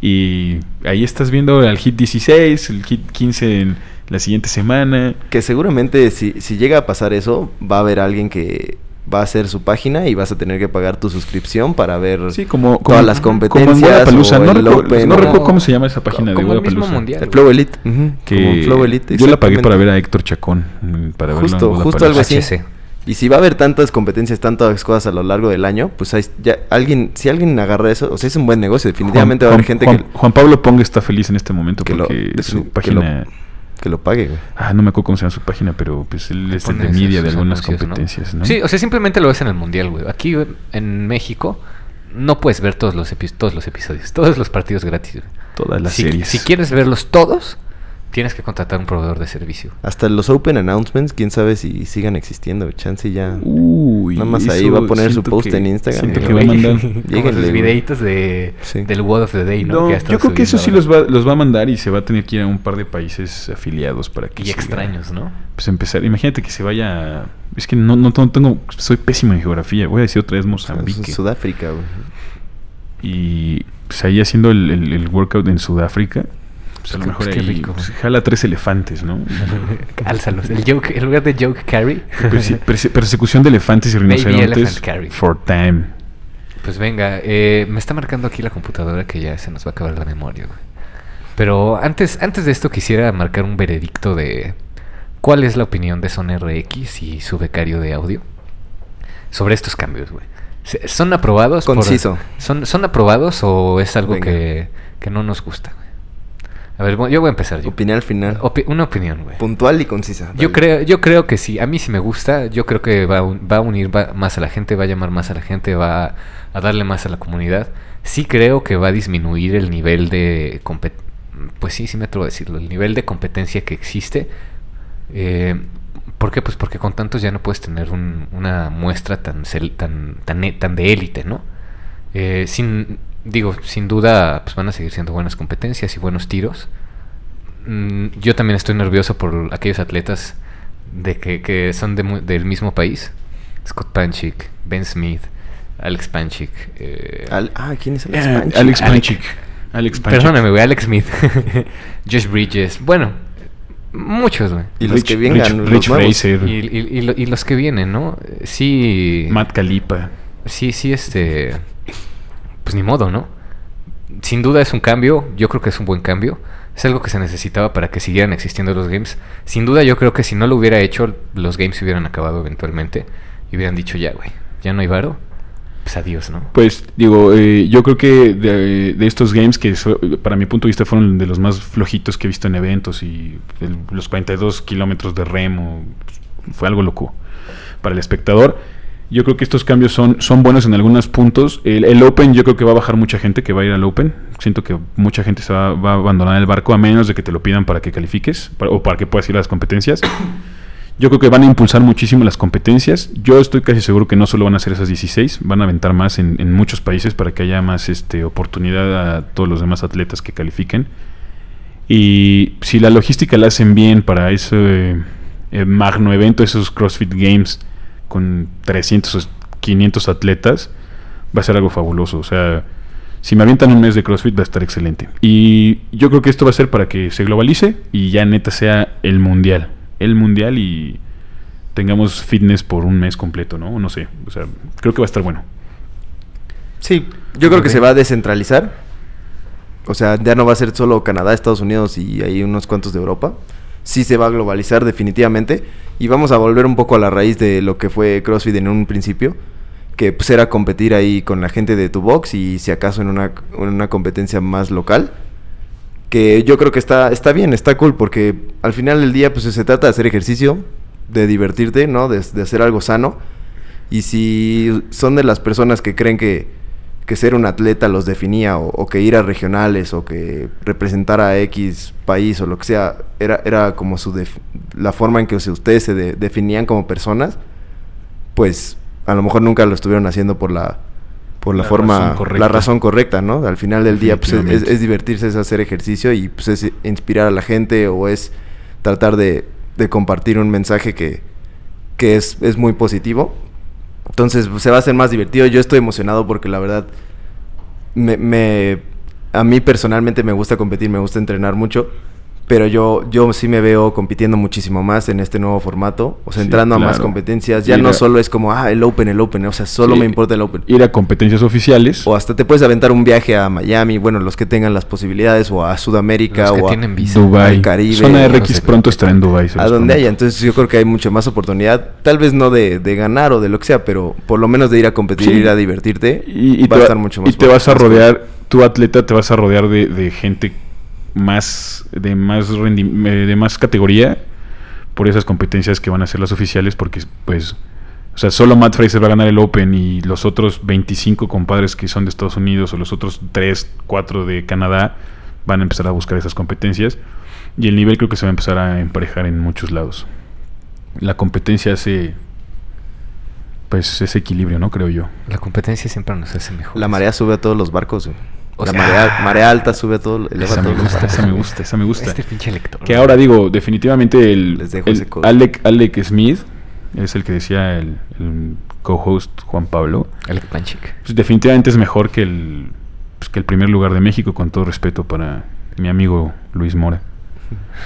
D: Y ahí estás viendo el hit 16, el hit 15 en la siguiente semana.
C: Que seguramente si, si llega a pasar eso, va a haber alguien que va a hacer su página y vas a tener que pagar tu suscripción para ver
D: Sí, como, como
C: todas las
D: como en
C: competencias.
D: Guadalapalooza.
C: o
D: No,
C: el
D: recuerdo-
C: Open,
D: no
C: o-
D: recuerdo cómo se llama esa página
A: Como
D: de
A: el mismo
D: Guadalapalooza.
A: mundial.
C: El Flow Elite. ujú, como
D: Que
C: el Flow Elite,
D: yo la pagué para
C: exactamente.
D: ver a Héctor Chacón mm, para
C: Justo-
D: verlo en Ah,
C: justo algo
D: Guadalapalooza.
C: así.
A: HC.
C: Y si va a haber tantas competencias, tantas cosas a lo largo del año, pues hay, ya alguien, si alguien agarra eso, o sea, es un buen negocio, definitivamente va a haber gente
D: Juan,
C: que,
D: Juan Pablo Pong está feliz en este momento
C: que lo-
D: porque
C: de-
D: su
C: que
D: página.
C: lo- que lo pague, güey.
D: Ah, no me acuerdo cómo se llama su página, pero pues él es el
A: Pones
D: de media de
A: esos
D: algunas
A: anuncios, ¿no?
D: competencias, ¿no?
A: Sí, o sea, simplemente lo ves en el mundial, güey. Aquí güey, en México no puedes ver todos los, epi- todos los episodios, todos los partidos gratis. güey.
D: todas las
A: si,
D: series.
A: si quieres verlos todos, tienes que contratar un proveedor de servicio.
C: Hasta los Open Announcements, quién sabe si sigan existiendo, güey. chance ya.
D: Uh, Uy,
C: Nada más ahí
D: eso
C: va a poner su
D: siento
C: post
D: que-
C: en Instagram,
D: Siento
C: güey.
D: que va a mandar.
A: Como
C: Lléguenle,
A: los
C: güey.
A: videitos de,
C: Sí.
A: del Word of the Day, ¿no?
D: No,
A: Que ha
D: yo
A: estado
D: creo que eso sí
A: subiendo
D: los va, los va a mandar y se va a tener que ir a un par de países afiliados para que
A: ahora. Y
D: siga.
A: extraños, ¿no?
D: Pues empezar, imagínate que se vaya. a- Es que no, no, no tengo. Soy pésimo en geografía. Voy a decir otra vez
C: o sea,
D: Mozambique.
C: Sudáfrica, güey.
D: y pues ahí haciendo el, el- el workout en Sudáfrica, pues a lo
A: Pues,
D: mejor
A: qué
D: ahí,
A: rico.
D: pues, jala tres elefantes, ¿no?
A: Álzalos. El joke, en lugar de joke carry,
D: Perse- perse- persecución de elefantes y
A: Baby
D: rinocerontes
A: elephant carry.
D: for time.
A: pues venga, eh, me está marcando aquí la computadora que ya se nos va a acabar la memoria, güey. Pero antes, antes de esto quisiera marcar un veredicto de cuál es la opinión de Son RX y su becario de audio sobre estos cambios, güey. Se- ¿Son aprobados? por-
C: Conciso.
A: ¿son, ¿Son aprobados o es algo
C: Venga.
A: que, que no nos gusta? güey? A ver, bueno, yo voy a empezar. Yo.
C: Opinar al final.
A: Opi- una opinión, güey.
C: Puntual y concisa.
A: Yo
C: Dale.
A: creo, yo creo que sí, a mí sí me gusta, yo creo que va a, un- va a unir va- más a la gente, va a llamar más a la gente, va a, a darle más a la comunidad. Sí creo que va a disminuir el nivel de compet- pues sí, sí me atrevo a decirlo, el nivel de competencia que existe. Eh, ¿Por qué? Pues porque con tantos ya no puedes tener un- una muestra tan, cel- tan, tan, e- tan de élite, ¿no? Eh, sin, digo, sin duda pues van a seguir siendo buenas competencias y buenos tiros. Mm, yo también estoy nervioso por aquellos atletas de que, que son de mu- del mismo país. Scott Panchik, Ben Smith, Alex Panchik. eh,
C: Al- ah, ¿quién es Alex
D: Eh,
C: Panchik?
D: Alex
A: Alec-
D: Panchik. Alex Panchik.
A: Perdóname, güey, Alex Smith. Josh Bridges. Bueno, muchos, güey.
C: Y los
D: Rich-
C: que vengan,
D: Rich-
C: los
D: Rich
C: nuevos.
D: Fraser,
A: Y, y- y lo- y los que vienen, ¿no? Eh, Sí.
D: Matt Calipa.
A: Sí, sí, este. Pues ni modo, ¿no? sin duda es un cambio, yo creo que es un buen cambio. Es algo que se necesitaba para que siguieran existiendo los games. Sin duda yo creo que si no lo hubiera hecho, los games se hubieran acabado eventualmente. Y hubieran dicho, ya, güey, ya no hay varo. Pues adiós, ¿no?
D: Pues digo, eh, yo creo que de, de estos games que so- para mi punto de vista fueron de los más flojitos que he visto en eventos y el- los 42 kilómetros de remo pues, fue algo loco para el espectador. Yo creo que estos cambios son, son buenos en algunos puntos. El, el Open yo creo que va a bajar mucha gente que va a ir al Open. Siento que mucha gente se va, va a abandonar el barco a menos de que te lo pidan para que califiques para- o para que puedas ir a las competencias. Yo creo que van a impulsar muchísimo las competencias. Yo estoy casi seguro que no solo van a ser esas 16, van a aventar más en, en muchos países para que haya más este, oportunidad a todos los demás atletas que califiquen. Y si la logística la hacen bien para ese eh, magno evento, esos CrossFit Games con 300 o 500 atletas, va a ser algo fabuloso. O sea, si me avientan un mes de CrossFit va a estar excelente. Y yo creo que esto va a ser para que se globalice y ya neta sea el mundial. El mundial y tengamos fitness por un mes completo, ¿no? No sé. O sea, creo que va a estar bueno.
C: Sí, yo creo
A: Ok.
C: que se va a descentralizar. O sea, ya no va a ser solo Canadá, Estados Unidos y hay unos cuantos de Europa. Sí se va a globalizar definitivamente. Y vamos a volver un poco a la raíz de lo que fue CrossFit en un principio. Que pues era competir ahí con la gente de tu box y si acaso en una, en una competencia más local. Que yo creo que está, está bien, está cool, porque al final del día pues se trata de hacer ejercicio, de divertirte, ¿no? De- de hacer algo sano. Y si son de las personas que creen que, que ser un atleta los definía, o, o que ir a regionales, o que representar a X país, o lo que sea, era, era como su def- la forma en que se- ustedes se de- definían como personas, pues a lo mejor nunca lo estuvieron haciendo por la por la,
D: La
C: forma
D: razón correcta.
C: la razón correcta no al final del día pues, es, es-
D: Definitivamente.
C: es divertirse es hacer ejercicio y pues es inspirar a la gente o es tratar de, de compartir un mensaje que, que es, es muy positivo entonces pues, se va a hacer más divertido. Yo estoy emocionado porque la verdad, me, me- a mí personalmente me gusta competir, me gusta entrenar mucho. Pero yo, yo sí me veo compitiendo muchísimo más en este nuevo formato. O sea,
D: Sí,
C: entrando a más
D: claro.
C: competencias. Ya
D: Mira.
C: no solo es como, ah, el Open, el Open. O sea, solo
D: Sí.
C: me importa el Open.
D: Ir a competencias oficiales.
C: O hasta te puedes aventar un viaje a Miami. Bueno, los que tengan las posibilidades. O a Sudamérica.
A: Los que
C: o a,
A: tienen visa.
D: Dubai.
C: al Caribe,
D: Zona
C: no
D: RX
A: sé.
D: pronto estará en Dubai. se
C: a
D: los
C: donde
D: prometo.
C: haya. Entonces yo creo que hay mucha más oportunidad. Tal vez no de, de ganar o de lo que sea, pero por lo menos de ir a competir,
D: Sí.
C: ir a divertirte.
D: Y, y
C: va
D: te,
C: a
D: va-
C: estar mucho más
D: y te
C: bueno.
D: vas a rodear, tu atleta te vas a rodear de, de gente más de más rendi- eh, de más categoría por esas competencias que van a ser las oficiales porque pues o sea, solo Matt Fraser va a ganar el Open y los otros 25 compadres que son de Estados Unidos o los otros 3, 4 de Canadá van a empezar a buscar esas competencias y el nivel creo que se va a empezar a emparejar en muchos lados. La competencia hace pues ese equilibrio, ¿no? Creo yo.
A: La competencia siempre nos hace mejor.
C: La marea sube a todos los barcos, güey.
A: O
C: la
A: sea-
C: marea, marea alta sube a todos, eleva a
D: Esa me
C: todos los
D: gusta,
C: barcos.
D: esa me gusta, esa me gusta.
A: Este pinche lector.
D: Que ahora digo, definitivamente el,
C: Les dejo
D: el
C: ese code.
D: Alec, Alec Smith es el que decía el, el co-host Juan Pablo.
A: Alec Panchik.
D: Pues definitivamente es mejor que el, pues, que el primer lugar de México, con todo respeto para mi amigo Luis Mora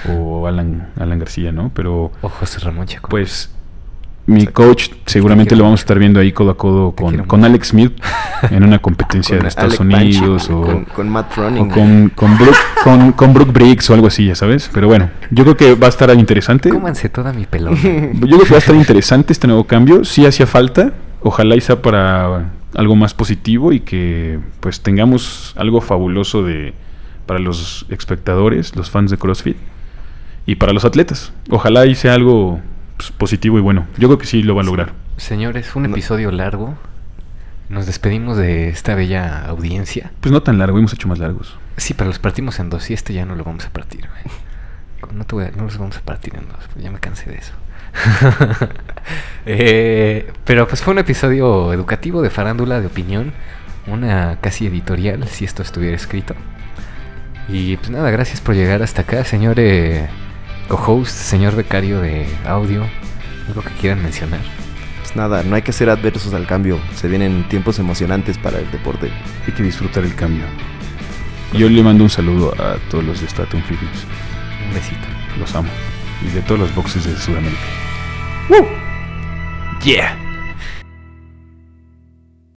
D: o Alan, Alan García, ¿no? Pero
A: O José Ramón Chaco.
D: pues mi coach seguramente
A: quiero
D: lo vamos
A: mucho.
D: a estar viendo ahí codo a codo
A: Te
D: con,
A: quiero
D: con
A: mucho.
D: Alex Smith en una competencia
C: Con
D: de Estados
C: Alec Panchik,
D: Unidos o
C: con, con Matt
D: o
C: Running.
D: con, con, Brooke, con, con Brooke Briggs o algo así, ya sabes. Pero bueno, yo creo que va a estar interesante. Yo
A: Cómanse toda mi pelota.
D: creo que va a estar interesante este nuevo cambio. Sí hacía falta. Ojalá y sea para algo más positivo y que pues tengamos algo fabuloso de para los espectadores, los fans de CrossFit y para los atletas. Ojalá y sea algo pues, positivo y bueno. Yo creo que sí lo va a lograr.
A: Señores, un
C: No.
A: episodio largo. Nos despedimos de esta bella audiencia.
D: Pues no tan largo, hemos hecho más largos.
A: Sí, pero los partimos en dos y este ya no lo vamos a partir, güey. No, te voy a- no los vamos a partir en dos, pues ya me cansé de eso. Eh, pero pues fue un episodio educativo de farándula, de opinión, una casi editorial, si esto estuviera escrito. Y pues nada, gracias por llegar hasta acá, señor eh, co-host, señor becario de audio, algo que quieran mencionar.
C: Pues nada, no hay que ser adversos al cambio. Se vienen tiempos emocionantes para el deporte.
D: Hay que disfrutar el cambio. Yo le mando un saludo a todos los de Statum Fitness.
A: Un besito.
D: Los amo. Y de todos los boxes de Sudamérica.
A: Yeah.